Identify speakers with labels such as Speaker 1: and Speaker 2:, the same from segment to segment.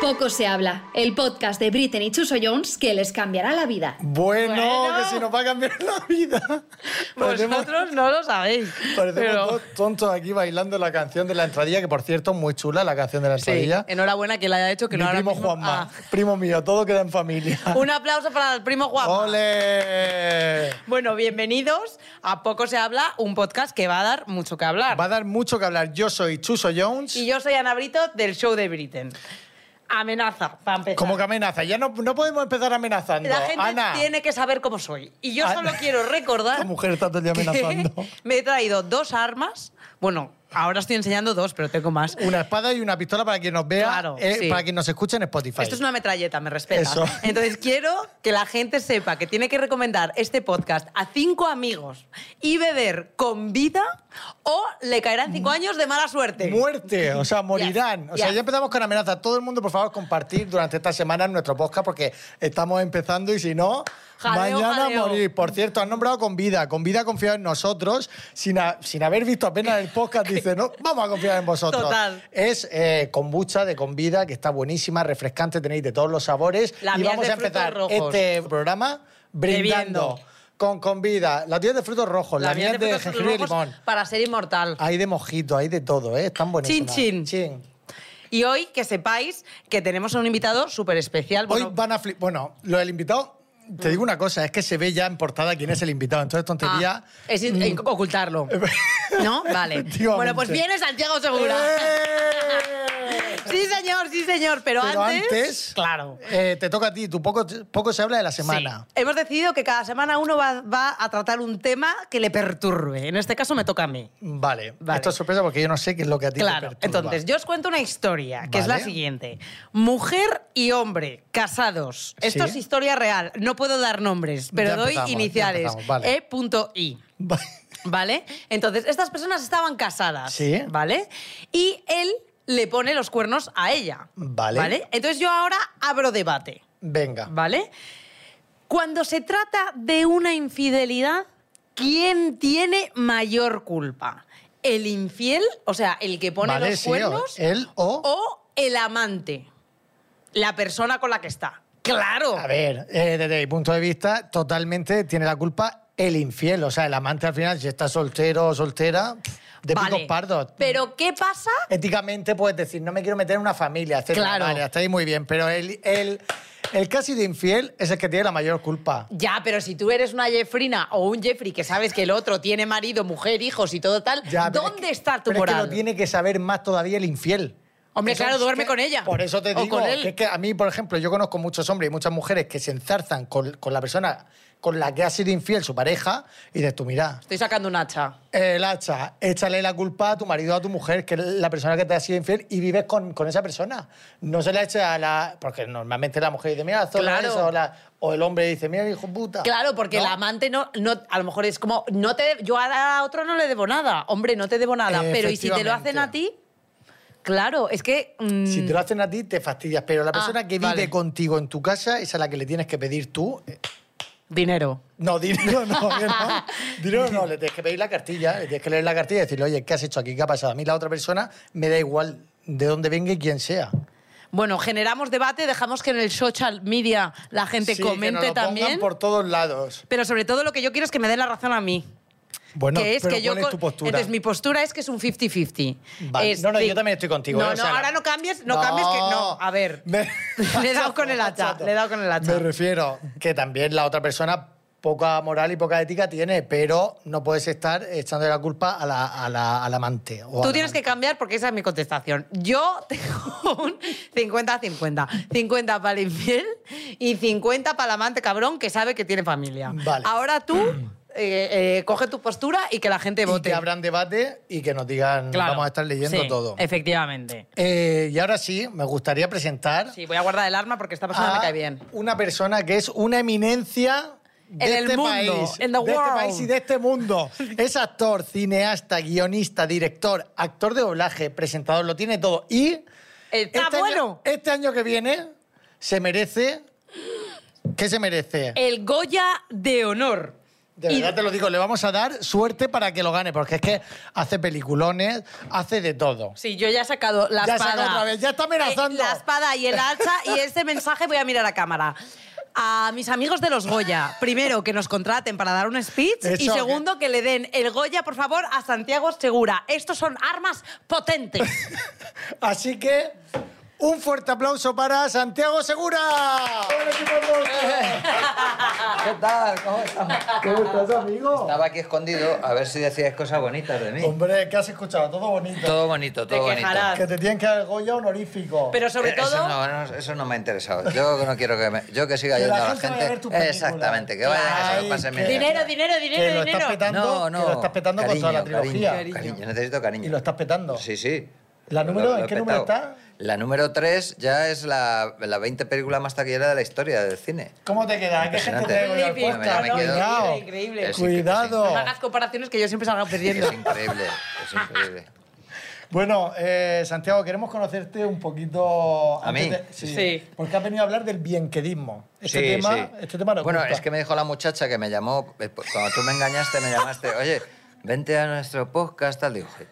Speaker 1: Poco se habla, el podcast de Britney y Chuso Jones que les cambiará la vida.
Speaker 2: Bueno,
Speaker 3: Bueno.
Speaker 2: que si nos va a cambiar la vida. Parecemos,
Speaker 3: Pues Vosotros no lo sabéis.
Speaker 2: parecemos
Speaker 3: pero-
Speaker 2: dos tontos aquí bailando la canción de la entradilla, que por cierto, muy chula la canción de la
Speaker 3: Sí,
Speaker 2: entradilla.
Speaker 3: enhorabuena que la haya hecho, que
Speaker 2: Mi
Speaker 3: no ahora
Speaker 2: primo
Speaker 3: mismo-
Speaker 2: Juanma,
Speaker 3: Ah,
Speaker 2: primo mío, todo queda en familia.
Speaker 3: un aplauso para el primo Juanma.
Speaker 2: ¡Ole!
Speaker 3: Bueno, bienvenidos a Poco se habla, un podcast que va a dar mucho que hablar.
Speaker 2: Va a dar mucho que hablar. Yo soy Chuso Jones.
Speaker 3: Y yo soy Ana Brito del show de Britain. Amenaza, para empezar.
Speaker 2: ¿Cómo que amenaza? Ya no, no podemos empezar amenazando.
Speaker 3: La gente
Speaker 2: Ana,
Speaker 3: tiene que saber cómo soy. Y yo solo
Speaker 2: Ana.
Speaker 3: quiero recordar
Speaker 2: esta mujer está todo el día
Speaker 3: que
Speaker 2: amenazando.
Speaker 3: me he traído dos armas. Bueno, ahora estoy enseñando dos, pero tengo más.
Speaker 2: Una espada y una pistola para quien nos vea,
Speaker 3: Claro,
Speaker 2: eh,
Speaker 3: sí.
Speaker 2: para quien nos escuche en Spotify.
Speaker 3: Esto es una metralleta, me respetas.
Speaker 2: Eso.
Speaker 3: Entonces quiero que la gente sepa que tiene que recomendar este podcast a cinco amigos y beber con vida o le caerán
Speaker 2: Mm.
Speaker 3: cinco años de mala suerte.
Speaker 2: Muerte, o sea, morirán. O sea,
Speaker 3: ya.
Speaker 2: ya empezamos con amenaza. Todo el mundo, por favor, compartir durante esta semana nuestro podcast porque estamos empezando y si no,
Speaker 3: Jaleo,
Speaker 2: mañana
Speaker 3: jaleo.
Speaker 2: morir. Por cierto, han nombrado con vida. Con vida confiado en nosotros. Sin, a- sin haber visto apenas el podcast, dice, no, vamos a confiar en vosotros.
Speaker 3: Total.
Speaker 2: Es eh, kombucha de con vida, que está buenísima, refrescante, tenéis de todos los sabores.
Speaker 3: La
Speaker 2: y
Speaker 3: mía es
Speaker 2: vamos
Speaker 3: de
Speaker 2: a empezar
Speaker 3: frutos rojos.
Speaker 2: este programa brindando.
Speaker 3: Bebiendo.
Speaker 2: Con convida, la tía es de frutos rojos, la, mía es de
Speaker 3: frutos
Speaker 2: jengibre y
Speaker 3: rojos
Speaker 2: limón. Ah.
Speaker 3: Para ser inmortal.
Speaker 2: Hay de mojito, hay de todo, ¿eh? Están buenísimas.
Speaker 3: Chin,
Speaker 2: Chin.
Speaker 3: chin. Y hoy que sepáis que tenemos a un invitado súper especial.
Speaker 2: Hoy van a flip... Bueno, lo del invitado... Te digo una cosa, es que se ve ya en portada quién es el invitado, entonces tontería...
Speaker 3: ah, es in- eh, ocultarlo. ¿No? Vale.
Speaker 2: Efectivamente.
Speaker 3: Bueno, pues viene Santiago Segura.
Speaker 2: ¡Eh!
Speaker 3: Sí, señor, sí, señor. Pero,
Speaker 2: Pero antes...
Speaker 3: Claro.
Speaker 2: eh, te toca a ti, tú poco, poco se habla de la semana.
Speaker 3: Sí. Hemos decidido que cada semana uno va, va a tratar un tema que le perturbe. En este caso me toca a mí.
Speaker 2: Vale.
Speaker 3: Vale.
Speaker 2: esto es sorpresa porque yo no sé qué es lo que a ti
Speaker 3: Claro,
Speaker 2: te perturba.
Speaker 3: entonces yo os cuento una historia, que es la
Speaker 2: Vale.
Speaker 3: siguiente. Mujer y hombre casados. Esto
Speaker 2: Sí.
Speaker 3: es historia real, no puedo dar nombres, pero
Speaker 2: Ya
Speaker 3: doy
Speaker 2: empezamos, ya
Speaker 3: iniciales.
Speaker 2: empezamos, vale.
Speaker 3: E.I.
Speaker 2: Va-
Speaker 3: ¿Vale? Entonces, estas personas estaban casadas.
Speaker 2: Sí.
Speaker 3: ¿Vale? Y él le pone los cuernos a ella.
Speaker 2: Vale.
Speaker 3: Entonces yo ahora abro debate.
Speaker 2: Venga.
Speaker 3: ¿Vale? Cuando se trata de una infidelidad, ¿quién tiene mayor culpa? ¿El infiel, o sea, el que pone
Speaker 2: Vale,
Speaker 3: los
Speaker 2: sí, o- eh.
Speaker 3: cuernos?
Speaker 2: él o-
Speaker 3: o el amante, la persona con la que está. ¡Claro!
Speaker 2: A ver, eh, desde mi punto de vista, totalmente tiene la culpa el infiel. O sea, el amante al final, si está soltero o soltera, pff, de
Speaker 3: Vale.
Speaker 2: picos pardos.
Speaker 3: Pero ¿qué pasa?
Speaker 2: Éticamente puedes decir, no me quiero meter en una familia, etc.
Speaker 3: Claro.
Speaker 2: Vale, hasta ahí muy bien. Pero el, el, el casi de infiel es el que tiene la mayor culpa.
Speaker 3: Ya, pero si tú eres una Jeffrina o un Jeffrey que sabes que el otro tiene marido, mujer, hijos y todo tal,
Speaker 2: Ya, pero
Speaker 3: ¿dónde
Speaker 2: es que-
Speaker 3: está tu
Speaker 2: pero es que
Speaker 3: moral?
Speaker 2: lo tiene que saber más todavía el infiel.
Speaker 3: Hombre,
Speaker 2: Eso
Speaker 3: claro,
Speaker 2: es
Speaker 3: duerme
Speaker 2: que-
Speaker 3: con ella.
Speaker 2: Por eso te
Speaker 3: O
Speaker 2: digo,
Speaker 3: con él.
Speaker 2: que es que a mí, por ejemplo, yo conozco muchos hombres y muchas mujeres que se enzarzan con, con la persona con la que ha sido infiel su pareja y dices tú, mira,
Speaker 3: Estoy sacando un hacha.
Speaker 2: El hacha, Eh, échale la culpa a tu marido o a tu mujer, que es la persona que te ha sido infiel, y vives con, con esa persona. No se la eches a la. Porque normalmente la mujer dice, mira, zorra
Speaker 3: Claro.
Speaker 2: eso", o, la- o el hombre dice, mira, hijo de puta.
Speaker 3: Claro, porque
Speaker 2: ¿No?
Speaker 3: el amante no, no, a lo mejor es como, no te, yo a otro no le debo nada, hombre, no te debo nada,
Speaker 2: Eh,
Speaker 3: pero ¿y si te lo hacen a ti? Claro, es que... mm, Ah,
Speaker 2: Si te lo hacen a ti, te fastidias. Pero la persona que vive
Speaker 3: vale.
Speaker 2: contigo en tu casa es a la que le tienes que pedir tú. eh,
Speaker 3: Dinero.
Speaker 2: No, dinero no, dinero no. Dinero no, le tienes que pedir la cartilla, le tienes que leer la cartilla y decirle, oye, ¿qué has hecho aquí? ¿Qué ha pasado? A mí la otra persona me da igual de dónde venga y quién sea.
Speaker 3: Bueno, generamos debate, dejamos que en el social media la gente
Speaker 2: Sí, que nos
Speaker 3: comente
Speaker 2: lo pongan
Speaker 3: también,
Speaker 2: por todos lados.
Speaker 3: pero sobre todo lo que yo quiero es que me den la razón a mí.
Speaker 2: Bueno,
Speaker 3: que es
Speaker 2: pero
Speaker 3: que yo
Speaker 2: ¿cuál es
Speaker 3: con-
Speaker 2: tu postura?
Speaker 3: Entonces, mi postura es que es un 50-50.
Speaker 2: Vale.
Speaker 3: Es
Speaker 2: No, no,
Speaker 3: de-
Speaker 2: yo también estoy contigo,
Speaker 3: No,
Speaker 2: eh,
Speaker 3: no,
Speaker 2: o sea,
Speaker 3: ahora no cambies, no, cambies que no. A ver.
Speaker 2: Me-
Speaker 3: Le he dado con el hacha, le he dado con el hacha.
Speaker 2: Me refiero que también la otra persona poca moral y poca ética tiene, pero no puedes estar echando la culpa a la, a la- al amante. o
Speaker 3: Tú
Speaker 2: al
Speaker 3: tienes que
Speaker 2: amante.
Speaker 3: cambiar porque esa es mi contestación. Yo tengo un 50-50. 50 para el infiel y 50 para el amante cabrón que sabe que tiene familia.
Speaker 2: Vale.
Speaker 3: Ahora tú eh, eh, coge tu postura y que la gente
Speaker 2: Y
Speaker 3: vote.
Speaker 2: que habrán debate y que nos digan,
Speaker 3: Claro.
Speaker 2: vamos a estar leyendo
Speaker 3: Sí,
Speaker 2: todo.
Speaker 3: Efectivamente.
Speaker 2: Eh, y ahora sí, me gustaría presentar
Speaker 3: Sí, voy a guardar el arma porque esta persona
Speaker 2: a
Speaker 3: me cae bien.
Speaker 2: una persona que es una eminencia de
Speaker 3: En el
Speaker 2: este
Speaker 3: mundo,
Speaker 2: país,
Speaker 3: in the
Speaker 2: de este
Speaker 3: world.
Speaker 2: país y de este mundo. Es actor, cineasta, guionista, director, actor de doblaje, presentador, lo tiene todo. Y
Speaker 3: Está
Speaker 2: este
Speaker 3: bueno.
Speaker 2: año, este año que viene se merece ¿Qué se merece?
Speaker 3: El Goya de honor.
Speaker 2: De
Speaker 3: Eh, Y-
Speaker 2: verdad te lo digo, le vamos a dar suerte para que lo gane, porque es que hace peliculones, hace de todo.
Speaker 3: Sí, yo ya he sacado la
Speaker 2: Ya
Speaker 3: espada. Eh,
Speaker 2: saca otra vez, ya está amenazando.
Speaker 3: la espada y el hacha y este mensaje voy a mirar a cámara. A mis amigos de los Goya, primero que nos contraten para dar un speech y
Speaker 2: Eso,
Speaker 3: segundo que... le den el Goya, por favor, a Santiago Segura. Estos son armas potentes.
Speaker 2: Así que un fuerte aplauso para Santiago Segura. Eh.
Speaker 4: ¿Qué tal? ¿Cómo estás?
Speaker 2: ¿Qué gustas, amigo?
Speaker 4: Estaba aquí escondido a ver si decías cosas bonitas de mí.
Speaker 2: Hombre, ¿qué has escuchado? Todo bonito.
Speaker 4: Todo bonito, todo
Speaker 3: Te
Speaker 4: bonito.
Speaker 3: quejarás.
Speaker 2: Que te tienen que dar el Goya honorífico.
Speaker 3: Pero sobre
Speaker 4: Eh, Eso
Speaker 3: todo,
Speaker 4: no, no, eso no me ha interesado. Yo no quiero que me, yo que siga
Speaker 2: Que la
Speaker 4: yendo a la
Speaker 2: gente vaya a ver tu
Speaker 4: gente.
Speaker 2: película.
Speaker 4: Exactamente, que vayan, que se
Speaker 2: Ay,
Speaker 4: lo pasen
Speaker 2: que-
Speaker 4: bien.
Speaker 3: dinero, dinero,
Speaker 2: eh, que
Speaker 3: dinero,
Speaker 2: lo estás
Speaker 3: dinero.
Speaker 2: petando,
Speaker 4: No, no.
Speaker 2: que lo estás petando
Speaker 4: cariño,
Speaker 2: con toda la trilogía.
Speaker 4: Cariño, cariño, yo necesito cariño.
Speaker 2: Y lo estás petando.
Speaker 4: Sí, sí.
Speaker 2: ¿La
Speaker 4: Lo-
Speaker 2: número-
Speaker 4: lo
Speaker 2: en
Speaker 4: he
Speaker 2: qué número
Speaker 4: petado.
Speaker 2: está?
Speaker 4: La número 3 ya es la, la 20 película más taquillera de la historia del cine.
Speaker 2: ¿Cómo te queda? ¿Qué gente
Speaker 4: Impresionante.
Speaker 2: traigo yo al
Speaker 3: Olímpico,
Speaker 2: podcast?
Speaker 4: me quedo-
Speaker 2: Cuidado.
Speaker 3: increíble.
Speaker 4: Es
Speaker 2: Cuidado.
Speaker 3: No hagas comparaciones que yo siempre salgo perdiendo.
Speaker 4: Es increíble, es
Speaker 2: Ah,
Speaker 4: increíble.
Speaker 2: Bueno, eh, Santiago, queremos conocerte un poquito.
Speaker 4: ¿A
Speaker 2: antes
Speaker 4: mí?
Speaker 2: de- sí,
Speaker 3: Sí.
Speaker 2: Porque has venido a hablar del bienquedismo. Este
Speaker 4: Sí,
Speaker 2: tema,
Speaker 4: sí.
Speaker 2: este tema nos
Speaker 4: Bueno,
Speaker 2: gusta.
Speaker 4: es que me dijo la muchacha que me llamó, eh, pues, cuando tú me engañaste, me llamaste, oye, vente a nuestro podcast, tal. Digo, "Joder,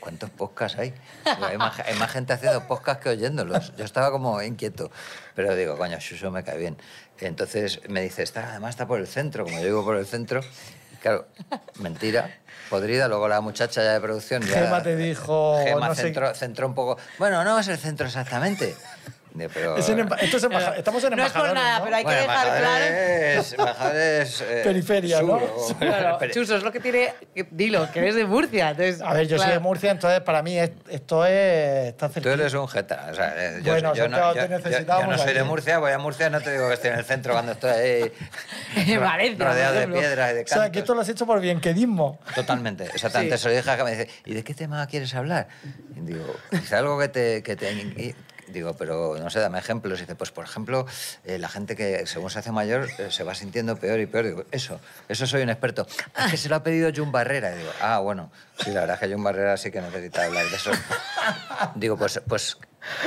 Speaker 4: ¿cuántos podcasts hay? Digo, hay, más, hay más gente haciendo podcasts que oyéndolos. Yo estaba como inquieto, pero digo, coño, Suso me cae bien. Entonces me dice, está, además está por el centro, como yo vivo por el centro. Claro, mentira, podrida. Luego la muchacha ya de producción... ya-
Speaker 2: Gema te dijo,
Speaker 4: Gema
Speaker 2: no sé-
Speaker 4: centró, centró un poco... Bueno, no es el centro exactamente. Digo, pero-
Speaker 2: Es en emba- esto es embaja-
Speaker 4: Eh,
Speaker 2: Estamos en
Speaker 3: No es por
Speaker 2: embajadores,
Speaker 3: nada,
Speaker 2: ¿no?
Speaker 3: pero hay- que dejar
Speaker 4: embajadores- embajadores, eh,
Speaker 2: Periferia, ¿no?
Speaker 4: sur,
Speaker 3: Claro,
Speaker 4: peri-
Speaker 3: Chuso, es lo que tiene... que- Dilo, que eres de Murcia. entonces,
Speaker 2: A ver, yo soy
Speaker 3: claro.
Speaker 2: de Murcia, entonces para mí es- esto es. Está
Speaker 4: Tú
Speaker 2: cerquita.
Speaker 4: eres un jeta. O sea, eh, yo,
Speaker 2: Bueno,
Speaker 4: yo, no,
Speaker 2: Santiago,
Speaker 4: yo-
Speaker 2: te
Speaker 4: yo- yo
Speaker 2: necesitamos
Speaker 4: no soy de
Speaker 2: aquí.
Speaker 4: Murcia, voy a Murcia, no te digo que estoy en el centro cuando estoy ahí
Speaker 3: En
Speaker 4: ro-
Speaker 3: Valencia, por
Speaker 4: rodeado de
Speaker 3: ejemplo.
Speaker 4: piedras y de
Speaker 2: o sea, que
Speaker 4: cantos.
Speaker 2: esto lo has hecho por bienquedismo.
Speaker 4: Totalmente, exactamente.
Speaker 3: Sí.
Speaker 4: Se lo dije a que me dice, ¿y de qué tema quieres hablar? Y digo, quizá algo que te... Que te y digo, pero no sé, dame ejemplos. Y dice, pues por ejemplo, eh, la gente que según se hace mayor eh, se va sintiendo peor y peor. Digo, eso, eso soy un experto. "Ah, Es que se lo ha pedido Jun Barrera. Y digo, ah, bueno, sí, la verdad es que Jun Barrera sí que necesita hablar de eso. digo, pues... pues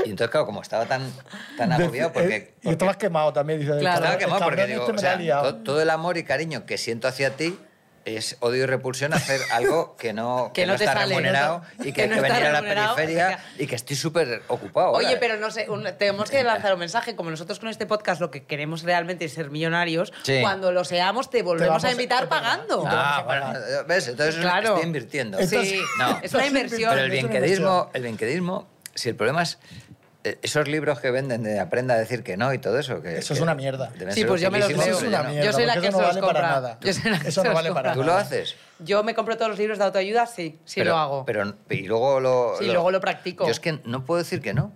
Speaker 4: y entonces, claro, como estaba tan, tan agobiado,
Speaker 2: Decir, eh,
Speaker 4: porque...
Speaker 2: y estabas quemado también, dices.
Speaker 3: Claro.
Speaker 4: Estaba
Speaker 2: "Cabrón,
Speaker 4: quemado
Speaker 2: el
Speaker 4: porque
Speaker 2: cabrón
Speaker 4: digo,
Speaker 2: este me
Speaker 4: o sea,
Speaker 2: la ha liado".
Speaker 4: to- todo el amor y cariño que siento hacia ti es odio y repulsión a hacer algo que no,
Speaker 3: Que no te
Speaker 4: está
Speaker 3: sale.
Speaker 4: remunerado y que
Speaker 3: Que
Speaker 4: hay
Speaker 3: no
Speaker 4: que
Speaker 3: está
Speaker 4: venir a la
Speaker 3: remunerado.
Speaker 4: periferia y que estoy súper ocupado.
Speaker 3: Oye,
Speaker 4: ahora.
Speaker 3: pero no sé, un- tenemos que lanzar un mensaje. Como nosotros con este podcast lo que queremos realmente es ser millonarios,
Speaker 4: Sí.
Speaker 3: cuando lo seamos te volvemos
Speaker 2: vamos
Speaker 3: a
Speaker 2: a-
Speaker 3: invitar
Speaker 2: es verdad.
Speaker 3: pagando.
Speaker 4: Ah, bueno, ¿ves? Entonces
Speaker 3: Claro.
Speaker 4: estoy invirtiendo.
Speaker 2: Entonces-
Speaker 3: sí,
Speaker 4: No.
Speaker 3: es una inversión.
Speaker 4: Pero el
Speaker 2: Es una
Speaker 4: bienquedismo, el bienquedismo, si el problema es eh, esos libros que venden de aprenda a decir que no y todo eso. Que,
Speaker 2: Eso es
Speaker 4: que
Speaker 2: una mierda.
Speaker 4: deben
Speaker 3: Sí,
Speaker 4: ser
Speaker 3: pues yo me los
Speaker 4: utilísimos,
Speaker 2: Eso es
Speaker 3: leo.
Speaker 4: pero
Speaker 2: una
Speaker 4: yo no.
Speaker 2: mierda.
Speaker 3: yo soy la
Speaker 2: porque
Speaker 3: que
Speaker 2: eso
Speaker 3: se
Speaker 2: no
Speaker 3: los
Speaker 2: vale para
Speaker 3: compra.
Speaker 2: nada.
Speaker 3: Yo soy la que
Speaker 2: Eso
Speaker 3: se
Speaker 2: no
Speaker 3: los
Speaker 2: vale para
Speaker 3: compra.
Speaker 4: ¿Tú
Speaker 2: nada.
Speaker 4: lo haces?
Speaker 3: Yo me compro todos los libros de autoayuda, sí, sí
Speaker 4: Pero-
Speaker 3: lo hago.
Speaker 4: Pero, y luego lo,
Speaker 3: Sí, luego lo practico.
Speaker 4: Yo es que no puedo decir que no.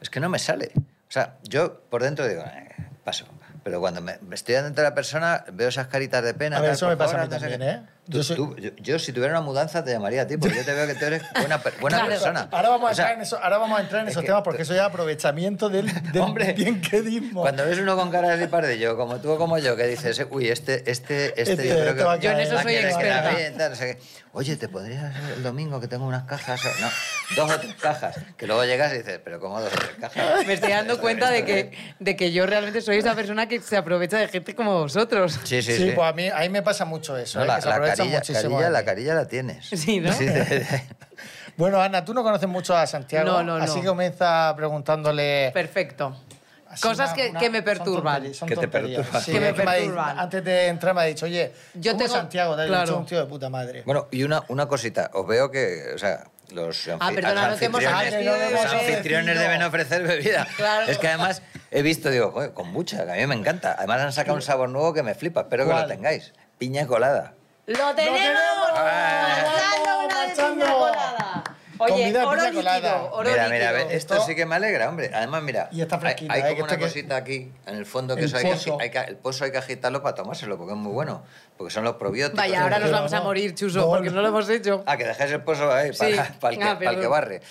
Speaker 4: Es que no me sale. O sea, yo por dentro digo, "Eh, paso. Pero cuando me, me estoy dentro de la persona, veo esas caritas de pena.
Speaker 2: A ver,
Speaker 4: tal,
Speaker 2: eso
Speaker 4: por
Speaker 2: me pasa a
Speaker 4: favor,
Speaker 2: mí
Speaker 4: no sé
Speaker 2: también,
Speaker 4: qué".
Speaker 2: ¿eh?
Speaker 4: Tú-
Speaker 2: Yo soy-
Speaker 4: tú- yo- yo, si tuviera una mudanza, te llamaría a ti, porque yo te veo que tú eres buena, per- buena
Speaker 3: Claro.
Speaker 4: persona.
Speaker 2: Ahora vamos, a
Speaker 4: O sea,
Speaker 2: entrar en eso- ahora vamos a entrar en
Speaker 4: es
Speaker 2: esos
Speaker 4: que-
Speaker 2: temas porque eso ya es aprovechamiento del, del
Speaker 4: Hombre,
Speaker 2: bienquedismo.
Speaker 4: Cuando ves uno con cara de pardillo, como tú o como yo, que dices, uy, este, este, este,
Speaker 2: Este,
Speaker 4: yo creo
Speaker 2: este va a
Speaker 4: que...
Speaker 2: Yo en caer,
Speaker 3: eso soy
Speaker 4: que le
Speaker 3: experta.
Speaker 4: queda bien, tal, no sé qué. Oye, ¿te podrías hacer el domingo que tengo unas cajas? o- No, dos o tres cajas. Que luego llegas y dices, pero ¿cómo dos o tres cajas?
Speaker 3: Me estoy dando
Speaker 4: Esto-
Speaker 3: cuenta de
Speaker 4: esto
Speaker 3: que, de que yo realmente soy esa persona que se aprovecha de gente como vosotros.
Speaker 4: Sí, sí,
Speaker 2: sí,
Speaker 4: sí.
Speaker 2: pues a mí, a mí me pasa mucho eso.
Speaker 4: No,
Speaker 2: ¿eh?
Speaker 4: la,
Speaker 2: que se
Speaker 4: la
Speaker 2: aprovechan
Speaker 4: carilla,
Speaker 2: muchísimo
Speaker 4: carilla-
Speaker 2: de
Speaker 4: la
Speaker 2: mí.
Speaker 4: carilla la tienes.
Speaker 3: Sí, ¿no?
Speaker 4: de- de-
Speaker 2: Bueno, Ana, tú no conoces mucho a Santiago,
Speaker 3: No, no, no.
Speaker 2: así que comienza preguntándole...
Speaker 3: Perfecto.
Speaker 2: así
Speaker 3: Cosas
Speaker 2: una-
Speaker 3: que,
Speaker 2: una-
Speaker 3: que me
Speaker 2: son
Speaker 3: perturban.
Speaker 2: tonterías, son
Speaker 4: Que te
Speaker 2: tonterías.
Speaker 4: perturban.
Speaker 2: Sí,
Speaker 3: Que me
Speaker 2: es ha dicho-
Speaker 3: perturban.
Speaker 2: antes de entrar me ha dicho, oye,
Speaker 3: Yo
Speaker 2: yo
Speaker 3: tengo-
Speaker 2: tengo Santiago, te ha dicho,
Speaker 3: claro.
Speaker 2: un tío de puta madre.
Speaker 4: Bueno, y una, una cosita. Os veo que, o sea, los,
Speaker 3: Ah,
Speaker 4: anfi-
Speaker 3: perdona, no te hemos
Speaker 4: anfitriones-
Speaker 2: Ah, que no
Speaker 3: ofrecido de
Speaker 2: lo
Speaker 4: Los
Speaker 2: hemos
Speaker 3: beber.
Speaker 2: ofrecido.
Speaker 4: anfitriones deben ofrecer bebida.
Speaker 3: Claro.
Speaker 4: Es que además he visto, digo, "Joder, con mucha, que a mí me encanta. Además han sacado un sabor nuevo que me flipa. Espero que lo
Speaker 2: ¿Cuál?
Speaker 4: tengáis. Piña colada.
Speaker 3: ¡Lo tenemos!
Speaker 2: tenemos!
Speaker 3: ¡Marchando una de
Speaker 2: ¡Marchando!
Speaker 3: piña colada! Oye,
Speaker 2: Comida de
Speaker 3: oro
Speaker 2: piña colada.
Speaker 3: líquido, oro
Speaker 4: mira, mira,
Speaker 3: líquido.
Speaker 4: ve, esto,
Speaker 2: Esto-
Speaker 4: sí que me alegra, hombre. Además, mira,
Speaker 2: Y está
Speaker 4: hay-
Speaker 2: fresquita,
Speaker 4: hay,
Speaker 2: eh, que
Speaker 4: como una
Speaker 2: esto que-
Speaker 4: cosita aquí en el fondo que
Speaker 2: El
Speaker 4: eso hay que-
Speaker 2: pozo.
Speaker 4: hay que- el pozo hay que agitarlo para tomárselo porque es muy bueno, porque son los probióticos.
Speaker 3: Vaya, ahora nos
Speaker 2: Pero
Speaker 3: vamos a
Speaker 2: no.
Speaker 3: morir, Chuso,
Speaker 2: No,
Speaker 3: porque
Speaker 2: no.
Speaker 3: no lo hemos hecho.
Speaker 4: Ah, que dejáis el pozo ahí para,
Speaker 3: Sí.
Speaker 4: para el, que,
Speaker 3: Ah,
Speaker 4: para el que
Speaker 3: perdón.
Speaker 4: barre.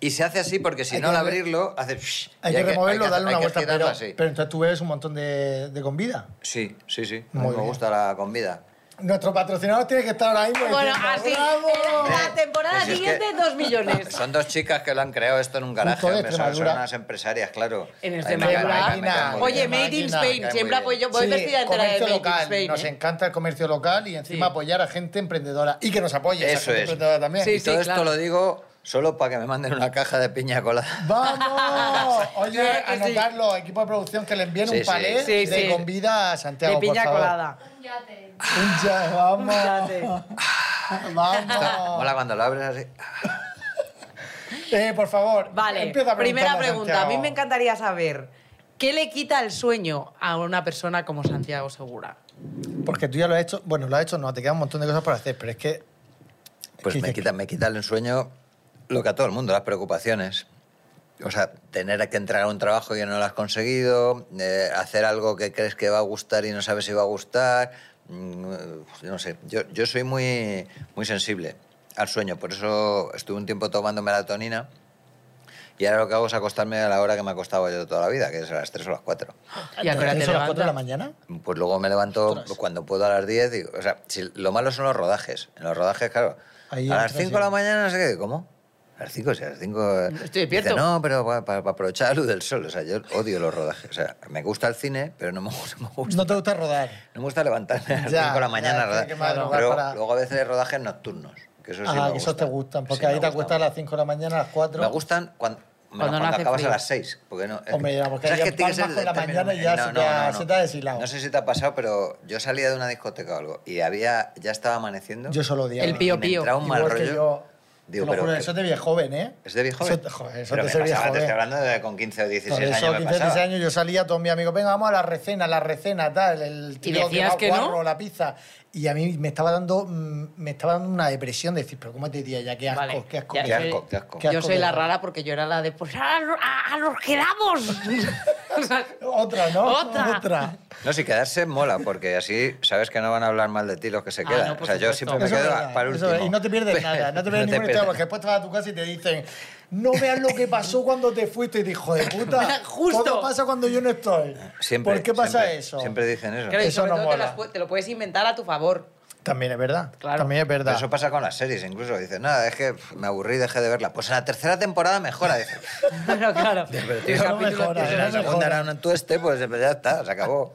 Speaker 4: Y se hace así porque si
Speaker 2: Hay
Speaker 4: no
Speaker 2: que
Speaker 4: al
Speaker 2: darle-
Speaker 4: abrirlo hace... psh,
Speaker 2: Hay
Speaker 4: y
Speaker 2: que removerlo,
Speaker 4: hay que-
Speaker 2: darle
Speaker 4: hay
Speaker 2: una
Speaker 4: que
Speaker 2: vuelta,
Speaker 4: girarlo
Speaker 2: pero,
Speaker 4: así.
Speaker 2: pero entonces tú bebes un montón de, de comida.
Speaker 4: Sí, sí, sí. A mí
Speaker 2: Muy
Speaker 4: me
Speaker 2: bien.
Speaker 4: gusta la comida.
Speaker 2: Nuestro patrocinador tiene que estar ahora mismo.
Speaker 3: Bueno,
Speaker 2: diciendo,
Speaker 3: así. eh,
Speaker 2: ¡Bravo!
Speaker 3: La temporada
Speaker 4: Pues es
Speaker 3: siguiente,
Speaker 4: que-
Speaker 3: dos millones.
Speaker 4: Son dos chicas que lo han creado esto en un garaje.
Speaker 2: Justo de
Speaker 4: hombre, son, son
Speaker 2: Extremadura.
Speaker 4: unas empresarias, claro.
Speaker 3: En
Speaker 4: Ahí me
Speaker 3: Extremadura.
Speaker 4: caen- ahí me caen muy
Speaker 3: Oye,
Speaker 4: bien.
Speaker 2: me-
Speaker 3: Made in
Speaker 2: máquina,
Speaker 3: Spain.
Speaker 4: cae muy
Speaker 3: Siempre
Speaker 4: bien.
Speaker 3: apoyo. Voy
Speaker 2: Sí,
Speaker 3: vestida entera de
Speaker 2: comercio
Speaker 3: Made in
Speaker 2: local.
Speaker 3: Spain.
Speaker 2: Nos
Speaker 3: ¿eh?
Speaker 2: encanta el comercio local y encima
Speaker 3: Sí.
Speaker 2: apoyar a gente emprendedora y que nos apoye. esa
Speaker 4: Eso
Speaker 2: gente
Speaker 4: es.
Speaker 2: emprendedora también.
Speaker 3: Sí,
Speaker 4: Y todo
Speaker 3: sí,
Speaker 4: esto
Speaker 3: claro.
Speaker 4: lo digo solo para que me manden una caja de piña colada.
Speaker 2: ¡Vamos! Oye,
Speaker 3: Claro que sí.
Speaker 2: anotarlo, equipo de producción que le envíen
Speaker 4: Sí,
Speaker 2: un
Speaker 4: sí.
Speaker 2: palé
Speaker 3: Sí,
Speaker 2: de
Speaker 3: sí.
Speaker 2: convida a Santiago,
Speaker 3: De
Speaker 2: por
Speaker 3: piña
Speaker 2: favor.
Speaker 3: colada.
Speaker 2: Un ya, vamos.
Speaker 3: Fíjate.
Speaker 2: Vamos.
Speaker 4: Mola cuando lo abres así.
Speaker 2: Eh, por favor.
Speaker 3: Vale,
Speaker 2: empieza a
Speaker 3: primera
Speaker 2: preguntarle a
Speaker 3: pregunta. A
Speaker 2: Santiago.
Speaker 3: mí me encantaría saber, ¿qué le quita el sueño a una persona como Santiago Segura?
Speaker 2: Porque tú ya lo has hecho. Bueno, lo has hecho, no, te quedan un montón de cosas por hacer, pero es que.
Speaker 4: Pues
Speaker 2: ¿Qué
Speaker 4: me
Speaker 2: dices?
Speaker 4: quita, me quita el sueño lo que a todo el mundo, las preocupaciones. O sea, tener que entrar a un trabajo que no lo has conseguido, eh, hacer algo que crees que va a gustar y no sabes si va a gustar. mm, yo no sé, yo, yo soy muy, muy sensible al sueño, por eso estuve un tiempo tomando melatonina y ahora lo que hago es acostarme a la hora que me acostaba yo toda la vida, que es a las 3 o las 4.
Speaker 3: ¿Y a qué hora te
Speaker 2: ¿Eso a las 4 de la
Speaker 3: levantas?
Speaker 2: mañana?
Speaker 4: Pues luego me levanto cuando puedo a las 10. digo, o sea, si- lo malo son los rodajes. En los rodajes, claro.
Speaker 2: Ahí
Speaker 4: a las
Speaker 2: entras
Speaker 4: 5 de la
Speaker 2: ya.
Speaker 4: mañana, no sé qué, ¿cómo? A las 5, o sea, a las 5.
Speaker 3: Estoy despierto.
Speaker 4: no, pero para, aprovechar la luz del sol. O sea, yo odio los rodajes. O sea, me gusta el cine, pero no me, gusta- no me gusta.
Speaker 2: No te gusta rodar.
Speaker 4: No me gusta levantarme a las 5
Speaker 2: Ya,
Speaker 4: de la mañana
Speaker 2: ya,
Speaker 4: a rodar.
Speaker 2: tiene que madrugar
Speaker 4: Pero
Speaker 2: para-
Speaker 4: luego a veces hay rodajes nocturnos. Que eso sí
Speaker 2: Ah,
Speaker 4: me
Speaker 2: que esos te gustan, porque
Speaker 4: Sí,
Speaker 2: ahí
Speaker 4: me
Speaker 2: te
Speaker 4: gustan.
Speaker 2: acuestas a las 5 de la mañana, a las 4.
Speaker 4: Me gustan cuando, menos
Speaker 3: Cuando no
Speaker 4: cuando
Speaker 3: hace
Speaker 4: acabas
Speaker 3: frío.
Speaker 4: a las 6. Porque no,
Speaker 2: Hombre, ya, porque ya
Speaker 4: tiene
Speaker 2: palmas
Speaker 4: ser
Speaker 2: con la
Speaker 4: determinado.
Speaker 2: mañana y ya se te ha- se te ha deshilado.
Speaker 4: No sé si te ha pasado, pero yo salía de una discoteca o algo y había, ya estaba amaneciendo.
Speaker 2: Yo solo odiaba.
Speaker 3: El pío
Speaker 4: y me
Speaker 3: pío.
Speaker 4: entraba un mal
Speaker 2: Igual que
Speaker 4: rollo.
Speaker 2: yo.
Speaker 4: Digo,
Speaker 2: te lo
Speaker 4: pero
Speaker 2: juro,
Speaker 4: que-
Speaker 2: eso es de bien joven, ¿eh?
Speaker 4: ¿Es de viejo?
Speaker 2: Eso, joder, eso
Speaker 4: Pero
Speaker 2: te
Speaker 4: me
Speaker 2: ser bien
Speaker 4: pasaba, Te
Speaker 2: joven.
Speaker 4: estoy hablando de con 15 o 16
Speaker 2: Por eso,
Speaker 4: años me
Speaker 2: 15,
Speaker 4: pasaba.
Speaker 2: 16 años, yo salía todos mis amigos, venga, vamos a la recena, la recena, tal, el tío
Speaker 3: decías
Speaker 2: va
Speaker 3: que
Speaker 2: guarro,
Speaker 3: no?
Speaker 2: la pizza. Y a mí me estaba dando, mm, me estaba dando una depresión de decir, pero ¿cómo te diría ya? Qué asco,
Speaker 3: Vale,
Speaker 2: qué asco.
Speaker 3: ya
Speaker 2: que-
Speaker 4: Qué
Speaker 3: sé.
Speaker 4: asco, qué asco.
Speaker 2: Qué
Speaker 3: Yo
Speaker 2: asco
Speaker 3: soy
Speaker 2: de
Speaker 3: la
Speaker 2: verdad.
Speaker 3: rara porque yo era la de, pues, ¡a, a- a los que damos! O sea,
Speaker 2: Otra, ¿no?
Speaker 3: Otra.
Speaker 4: No, si quedarse mola, porque así sabes que no van a hablar mal de ti los que se
Speaker 3: Ah,
Speaker 4: quedan.
Speaker 3: no, por
Speaker 4: o sea, yo
Speaker 3: supuesto.
Speaker 4: siempre me
Speaker 2: Eso es
Speaker 4: quedo
Speaker 2: verdad,
Speaker 4: para el
Speaker 2: eso
Speaker 4: último.
Speaker 2: es- y no te pierdes nada, no te pierdes ningún historia, porque después te vas a tu casa y te dicen, no veas lo que pasó cuando te fuiste, y te, hijo de puta.
Speaker 3: Justo.
Speaker 2: Todo pasa cuando yo no estoy.
Speaker 4: Siempre,
Speaker 2: ¿Por qué pasa
Speaker 4: siempre-
Speaker 2: eso?
Speaker 4: Siempre dicen eso.
Speaker 3: claro, y
Speaker 2: Eso
Speaker 3: sobre
Speaker 2: no
Speaker 3: todo te,
Speaker 2: mola.
Speaker 3: las pu- te lo puedes inventar a tu favor.
Speaker 2: También es verdad.
Speaker 3: Claro.
Speaker 2: También es verdad.
Speaker 4: Eso pasa con las series, incluso. Dices, nada, es que pf, me aburrí, dejé de verla. Pues en la tercera temporada mejora. Dices,
Speaker 3: Bueno, claro.
Speaker 2: tío, no mejora,
Speaker 4: pues en la
Speaker 2: no
Speaker 4: segunda
Speaker 2: mejora.
Speaker 4: era un tueste, pues ya está, se acabó.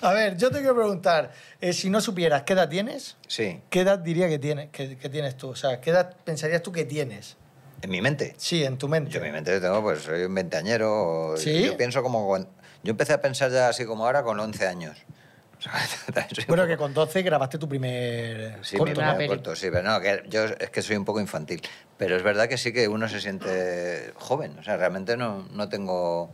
Speaker 2: A ver, yo te quiero preguntar, eh, si no supieras qué edad tienes,
Speaker 4: Sí,
Speaker 2: ¿qué edad diría que tienes, que, que tienes tú? O sea, ¿qué edad pensarías tú que tienes?
Speaker 4: en mi mente.
Speaker 2: Sí, en tu mente.
Speaker 4: Yo en mi mente tengo, pues soy un veinteañero. o-
Speaker 2: ¿Sí?
Speaker 4: Yo pienso como. cuan- Yo empecé a pensar ya así como ahora con 11 años. O sea, también soy un
Speaker 2: Bueno,
Speaker 4: poco-
Speaker 2: que con 12 grabaste tu primer
Speaker 4: Sí,
Speaker 2: corto,
Speaker 4: mi
Speaker 2: ¿no?
Speaker 3: primera-
Speaker 4: primer
Speaker 3: peli.
Speaker 4: corto, sí, pero no, que yo es que soy un poco infantil. Pero es verdad que sí que uno se siente joven, o sea, realmente no, no tengo...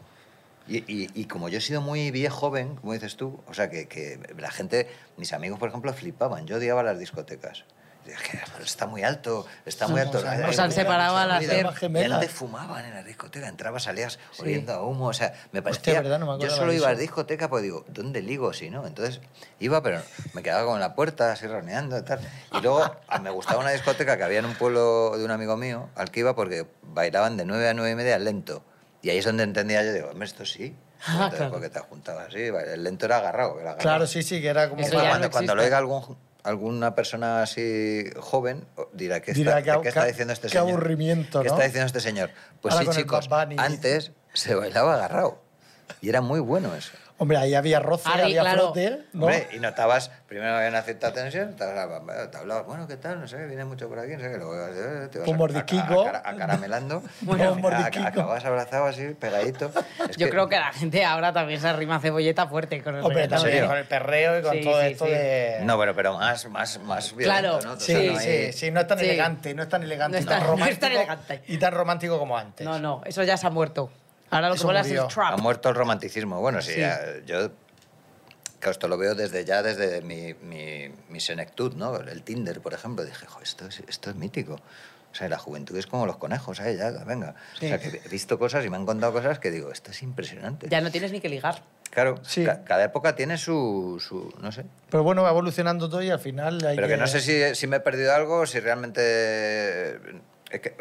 Speaker 4: Y, y- y como yo he sido muy bien joven, como dices tú, o sea, que, que la gente, mis amigos, por ejemplo, flipaban, yo odiaba las discotecas. Decía, "Que Está muy alto, está muy alto.
Speaker 2: o sea,
Speaker 4: Hay
Speaker 2: os
Speaker 4: mucha
Speaker 2: han
Speaker 3: separado
Speaker 4: mucha
Speaker 3: al
Speaker 4: movida.
Speaker 2: hacer-
Speaker 4: Y
Speaker 2: gemelas.
Speaker 4: antes fumaban en la discoteca, entrabas, salías oliendo a humo, o sea, me parecía...
Speaker 2: ¿verdad? No me
Speaker 4: yo
Speaker 2: acordaba
Speaker 4: solo
Speaker 2: de
Speaker 4: iba a
Speaker 2: eso.
Speaker 4: discoteca, pues digo, ¿dónde ligo si no? Entonces iba, pero me quedaba con la puerta así roneando y tal. Y luego a- me gustaba una discoteca que había en un pueblo de un amigo mío al que iba porque bailaban de 9 a 9 y media lento. Y ahí es donde entendía yo, digo, hombre, esto sí. Entonces,
Speaker 3: Ah, claro.
Speaker 4: Porque te juntabas así, el lento era agarrado. era agarrado.
Speaker 2: Claro, sí, sí, que era como...
Speaker 3: Eso
Speaker 4: Pero
Speaker 3: ya
Speaker 4: cuando,
Speaker 3: no
Speaker 4: cuando lo
Speaker 3: existe.
Speaker 4: oiga algún, alguna persona así joven, o- dirá, ¿qué está,
Speaker 2: Dirá, qué-
Speaker 4: qué está
Speaker 2: qué-
Speaker 4: diciendo este
Speaker 2: qué
Speaker 4: señor?
Speaker 2: aburrimiento,
Speaker 4: ¿Qué
Speaker 2: ¿no?
Speaker 4: está diciendo este señor? Pues
Speaker 2: Ahora
Speaker 4: sí,
Speaker 2: con el
Speaker 4: chicos,
Speaker 2: Bad Bunny.
Speaker 4: antes se bailaba agarrado. Y era muy bueno eso.
Speaker 2: Hombre, ahí había roce,
Speaker 3: Ahí,
Speaker 2: había
Speaker 3: claro.
Speaker 2: frote, ¿no?
Speaker 4: Hombre, y notabas, primero había una cierta tensión, te hablabas, te hablabas, bueno, ¿qué tal? No sé, viene mucho por aquí, no sé qué, luego eh, te vas
Speaker 2: Un
Speaker 4: a-
Speaker 2: mordisquico.
Speaker 4: a- a- a- acaramelando,
Speaker 2: Bueno,
Speaker 4: y
Speaker 2: un
Speaker 4: al final
Speaker 2: mordisquico.
Speaker 4: acabas abrazado así, pegadito. Es
Speaker 3: Yo creo que la gente ahora también se arrima cebolleta fuerte con el
Speaker 2: Hombre,
Speaker 3: reggaetón.
Speaker 2: también
Speaker 4: serio?
Speaker 2: con el perreo y con
Speaker 3: Sí,
Speaker 2: todo
Speaker 3: sí,
Speaker 2: esto
Speaker 3: sí.
Speaker 2: de...
Speaker 4: No, pero, pero más, más, más violento,
Speaker 3: Claro,
Speaker 4: ¿no? O
Speaker 2: Sí,
Speaker 4: sea, no hay-
Speaker 2: sí, sí, no es tan
Speaker 3: sí.
Speaker 2: elegante, no es tan elegante,
Speaker 3: No
Speaker 2: y
Speaker 3: es
Speaker 2: tan
Speaker 3: tan- no
Speaker 2: romántico,
Speaker 3: es tan elegante.
Speaker 2: y tan romántico como antes.
Speaker 3: ¿eh? No, no, eso ya se ha muerto. Ahora lo que
Speaker 2: Eso
Speaker 3: mola es el
Speaker 2: murió.
Speaker 4: Ha
Speaker 3: trap.
Speaker 4: muerto el romanticismo. Bueno, sí,
Speaker 3: Sí.
Speaker 4: ya- yo. Claro, esto lo veo desde ya, desde mi, mi, mi senectud, ¿no? El Tinder, por ejemplo. Dije, jo, esto es, esto es mítico. O sea, la juventud es como los conejos, ¿sabes? Ya, venga.
Speaker 3: Sí.
Speaker 4: O sea, que he visto cosas y me han contado cosas que digo, esto es impresionante.
Speaker 3: Ya no tienes ni que ligar.
Speaker 4: Claro,
Speaker 2: Sí.
Speaker 4: ca- cada época tiene su, su- no sé.
Speaker 2: Pero bueno, va evolucionando todo y al final hay
Speaker 4: Pero que no sé si, si me he perdido algo o si realmente... es que-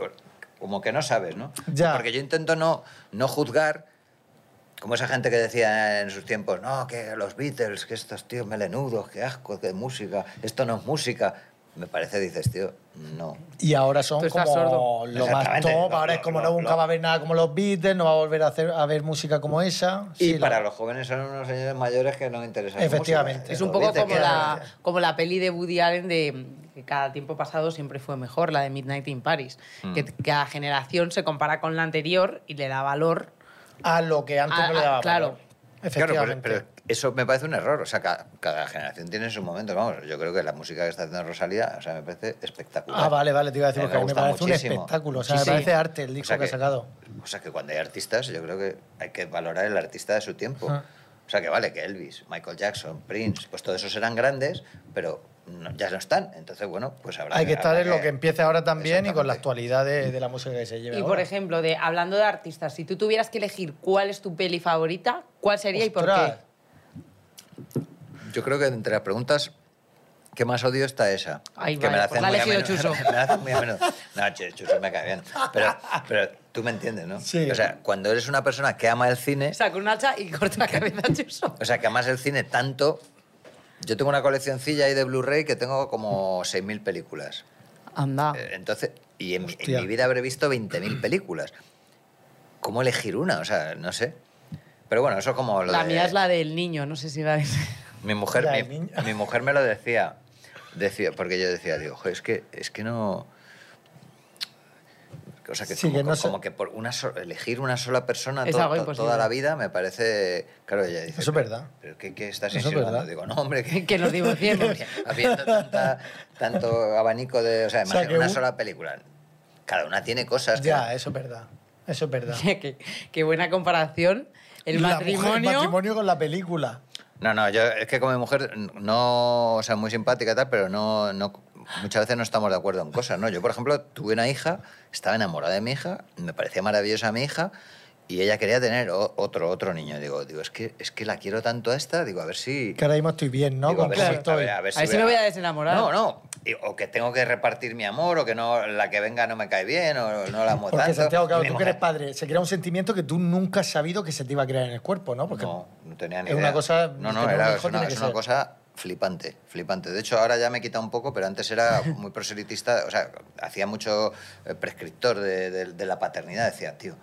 Speaker 4: como que no sabes, ¿no?
Speaker 2: Ya.
Speaker 4: Porque yo intento no, no juzgar Como esa gente que decía en sus tiempos, no, que los Beatles, que estos tíos melenudos, que asco, que música, esto no es música. Me parece, dices, tío, no.
Speaker 2: Y ahora son
Speaker 5: Tú estás
Speaker 2: como
Speaker 5: sordo.
Speaker 2: lo más
Speaker 4: Exactamente.
Speaker 2: top.
Speaker 4: Lo-
Speaker 2: Ahora
Speaker 4: lo-
Speaker 2: es como
Speaker 4: lo-
Speaker 2: no nunca
Speaker 4: lo-
Speaker 2: va a haber nada como los Beatles, no va a volver a, hacer, a ver música como esa.
Speaker 4: Y
Speaker 2: Sí, lo-
Speaker 4: para los jóvenes son unos señores mayores que no interesan.
Speaker 2: Efectivamente.
Speaker 4: mucho.
Speaker 3: Es un
Speaker 4: Lo
Speaker 3: poco
Speaker 4: viste
Speaker 3: como
Speaker 4: que-
Speaker 3: la, como la peli de Woody Allen de que cada tiempo pasado siempre fue mejor, la de Midnight in Paris, que cada generación se compara con la anterior y le da valor.
Speaker 2: a lo que antes
Speaker 3: A-
Speaker 2: no le
Speaker 3: a-
Speaker 2: daba
Speaker 3: Ah, claro.
Speaker 2: valor.
Speaker 4: Claro, pero-
Speaker 2: Efectivamente.
Speaker 4: pero, eso me parece un error. O sea, ca- cada, generación tiene sus momentos. Vamos, yo creo que la música que está haciendo Rosalía, o sea, me parece espectacular.
Speaker 2: Ah, vale, vale, te iba a decir,
Speaker 4: Eh,
Speaker 2: porque a mí me
Speaker 4: gusta
Speaker 2: parece
Speaker 4: muchísimo.
Speaker 2: un espectáculo. O sea, me
Speaker 3: Sí, sí.
Speaker 2: parece arte el disco
Speaker 4: O sea
Speaker 2: que, ha sacado.
Speaker 4: O sea, que cuando hay artistas, yo creo que hay que valorar el artista de su tiempo.
Speaker 2: Ajá.
Speaker 4: O sea, que vale, que Elvis, Michael Jackson, Prince, pues todos esos eran grandes, pero no- ya no están. Entonces, bueno, pues habrá
Speaker 2: Hay que estar
Speaker 4: habrá
Speaker 2: en lo que empiece ahora también y con la
Speaker 4: Exactamente.
Speaker 2: actualidad de, de la música que se lleva.
Speaker 3: Y por ejemplo, de hablando de artistas, si tú tuvieras que elegir cuál es tu peli favorita, ¿cuál sería y por qué?
Speaker 4: Yo creo que entre las preguntas que más odio está esa.
Speaker 3: Ay,
Speaker 4: que
Speaker 3: vaya, pues la ha
Speaker 4: muy
Speaker 3: elegido
Speaker 4: a menudo.
Speaker 3: Chuso.
Speaker 4: Me la hacen muy a menudo. No, Ch- Chuso me cae bien. Pero, pero tú me entiendes, ¿no?
Speaker 2: Sí.
Speaker 4: O sea, cuando eres una persona que ama el cine,
Speaker 3: Saca un hacha y corta la cabeza a Chuso.
Speaker 4: o sea, que amas el cine tanto... Yo tengo una coleccioncilla ahí de Blu-ray que tengo como 6.000 películas.
Speaker 3: Anda.
Speaker 4: Eh, Entonces, y en, mi- en
Speaker 2: Hostia.
Speaker 4: mi vida habré visto 20.000 películas. ¿Cómo elegir una? O sea, no sé. Pero bueno, eso como lo
Speaker 3: La
Speaker 4: de-
Speaker 3: mía es la del niño, no sé si la ves.
Speaker 4: Mi mujer,
Speaker 2: La
Speaker 4: mi,
Speaker 2: del niño.
Speaker 4: mi mujer me lo decía, decía porque yo decía, digo, "Jo, es que, es que no... O sea, que
Speaker 2: Sí,
Speaker 4: como,
Speaker 2: que no sé.
Speaker 4: como que por una so- elegir una sola persona
Speaker 3: Es
Speaker 4: to-
Speaker 3: algo
Speaker 4: to-
Speaker 3: imposible.
Speaker 4: toda la vida me parece... Claro, ella dice...
Speaker 2: Eso es verdad.
Speaker 4: ¿Pero qué, qué estás
Speaker 2: Eso es
Speaker 4: insinuando?
Speaker 2: verdad.
Speaker 4: Digo, no, hombre, que...
Speaker 3: Que nos divorciemos.
Speaker 4: Habiendo tanta- tanto abanico de... O sea,
Speaker 2: O sea,
Speaker 4: imagina
Speaker 2: que
Speaker 4: una
Speaker 2: un-
Speaker 4: sola película. Cada una tiene cosas.
Speaker 2: Ya,
Speaker 4: que-
Speaker 2: eso es verdad. Eso es verdad.
Speaker 3: qué, qué buena comparación. El
Speaker 2: La mujer-
Speaker 3: matrimonio.
Speaker 2: el matrimonio con la película.
Speaker 4: No, no, yo es que como mi mujer no, o sea, muy simpática y tal, pero no, no, muchas veces no estamos de acuerdo en cosas, ¿no? Yo, por ejemplo, tuve una hija, estaba enamorada de mi hija, me parecía maravillosa mi hija y ella quería tener o- otro, otro niño. Digo, digo, es que, es que la quiero tanto a esta, digo, a ver si...
Speaker 2: Que ahora mismo estoy bien, ¿no?
Speaker 4: digo, a
Speaker 2: Con
Speaker 4: ver
Speaker 2: cómo
Speaker 4: si-
Speaker 2: estoy.
Speaker 3: A ver si me voy a desenamorar.
Speaker 4: No, no. Y- O que tengo que repartir mi amor, o que no la que venga no me cae bien, o no la amo
Speaker 2: Porque
Speaker 4: tanto.
Speaker 2: Santiago, claro,
Speaker 4: Mi
Speaker 2: tú que
Speaker 4: mujer-
Speaker 2: eres padre, se crea un sentimiento que tú nunca has sabido que se te iba a crear en el cuerpo, ¿no? Porque
Speaker 4: no, no tenía ni
Speaker 2: es
Speaker 4: idea.
Speaker 2: una cosa-
Speaker 4: No, no,
Speaker 2: tener un
Speaker 4: era,
Speaker 2: hijo
Speaker 4: es una,
Speaker 2: tiene que
Speaker 4: es una
Speaker 2: ser-
Speaker 4: cosa flipante, flipante. De hecho, ahora ya me he quitado un poco, pero antes era muy proselitista, o sea, hacía mucho eh, prescriptor de, de- de la paternidad. Decía, tío,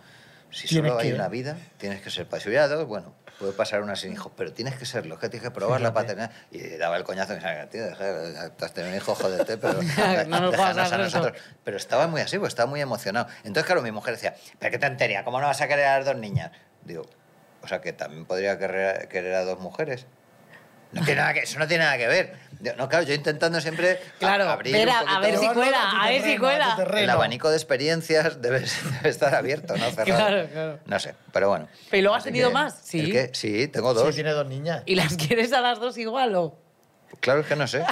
Speaker 4: si
Speaker 2: Tienes
Speaker 4: solo hay
Speaker 2: que-
Speaker 4: una vida, tienes que ser padre. Si hubiera dos, bueno, puede pasar una sin hijos, pero tienes que serlo, es que tienes que probar la
Speaker 2: Fíjate.
Speaker 4: paternidad. Y daba el coñazo y me decía, tío, deja, tú has tenido un hijo, jódete, pero
Speaker 3: No nos juegas
Speaker 4: déjanos
Speaker 3: a
Speaker 4: a
Speaker 3: eso.
Speaker 4: nosotros. Pero estaba muy así, pues estaba muy emocionado. Entonces, claro, mi mujer decía, pero qué tontería, ¿cómo no vas a querer a las dos niñas? Digo, o sea, que también podría querer, querer a dos mujeres. No tiene nada que, eso no tiene nada que ver. Digo, No, claro, yo intentando siempre a-
Speaker 3: Claro,
Speaker 4: abrir
Speaker 3: ver
Speaker 4: un
Speaker 3: a- a
Speaker 4: poquito
Speaker 3: ver
Speaker 4: el-
Speaker 3: si
Speaker 2: Pero bueno,
Speaker 3: cuela,
Speaker 2: a tu
Speaker 3: a ver si
Speaker 2: terreno, a tu
Speaker 3: cuela. El
Speaker 4: el
Speaker 2: terreno.
Speaker 4: abanico de experiencias debe, debe estar abierto, no cerrado.
Speaker 3: Claro, claro.
Speaker 4: No sé, pero bueno.
Speaker 3: ¿Pero luego has
Speaker 4: Así
Speaker 3: tenido
Speaker 4: que-
Speaker 3: más? Sí.
Speaker 4: ¿El qué? Sí, tengo
Speaker 2: Sí,
Speaker 4: dos.
Speaker 2: tiene dos niñas.
Speaker 3: ¿Y las quieres a las dos igual o?
Speaker 4: Claro es que no sé.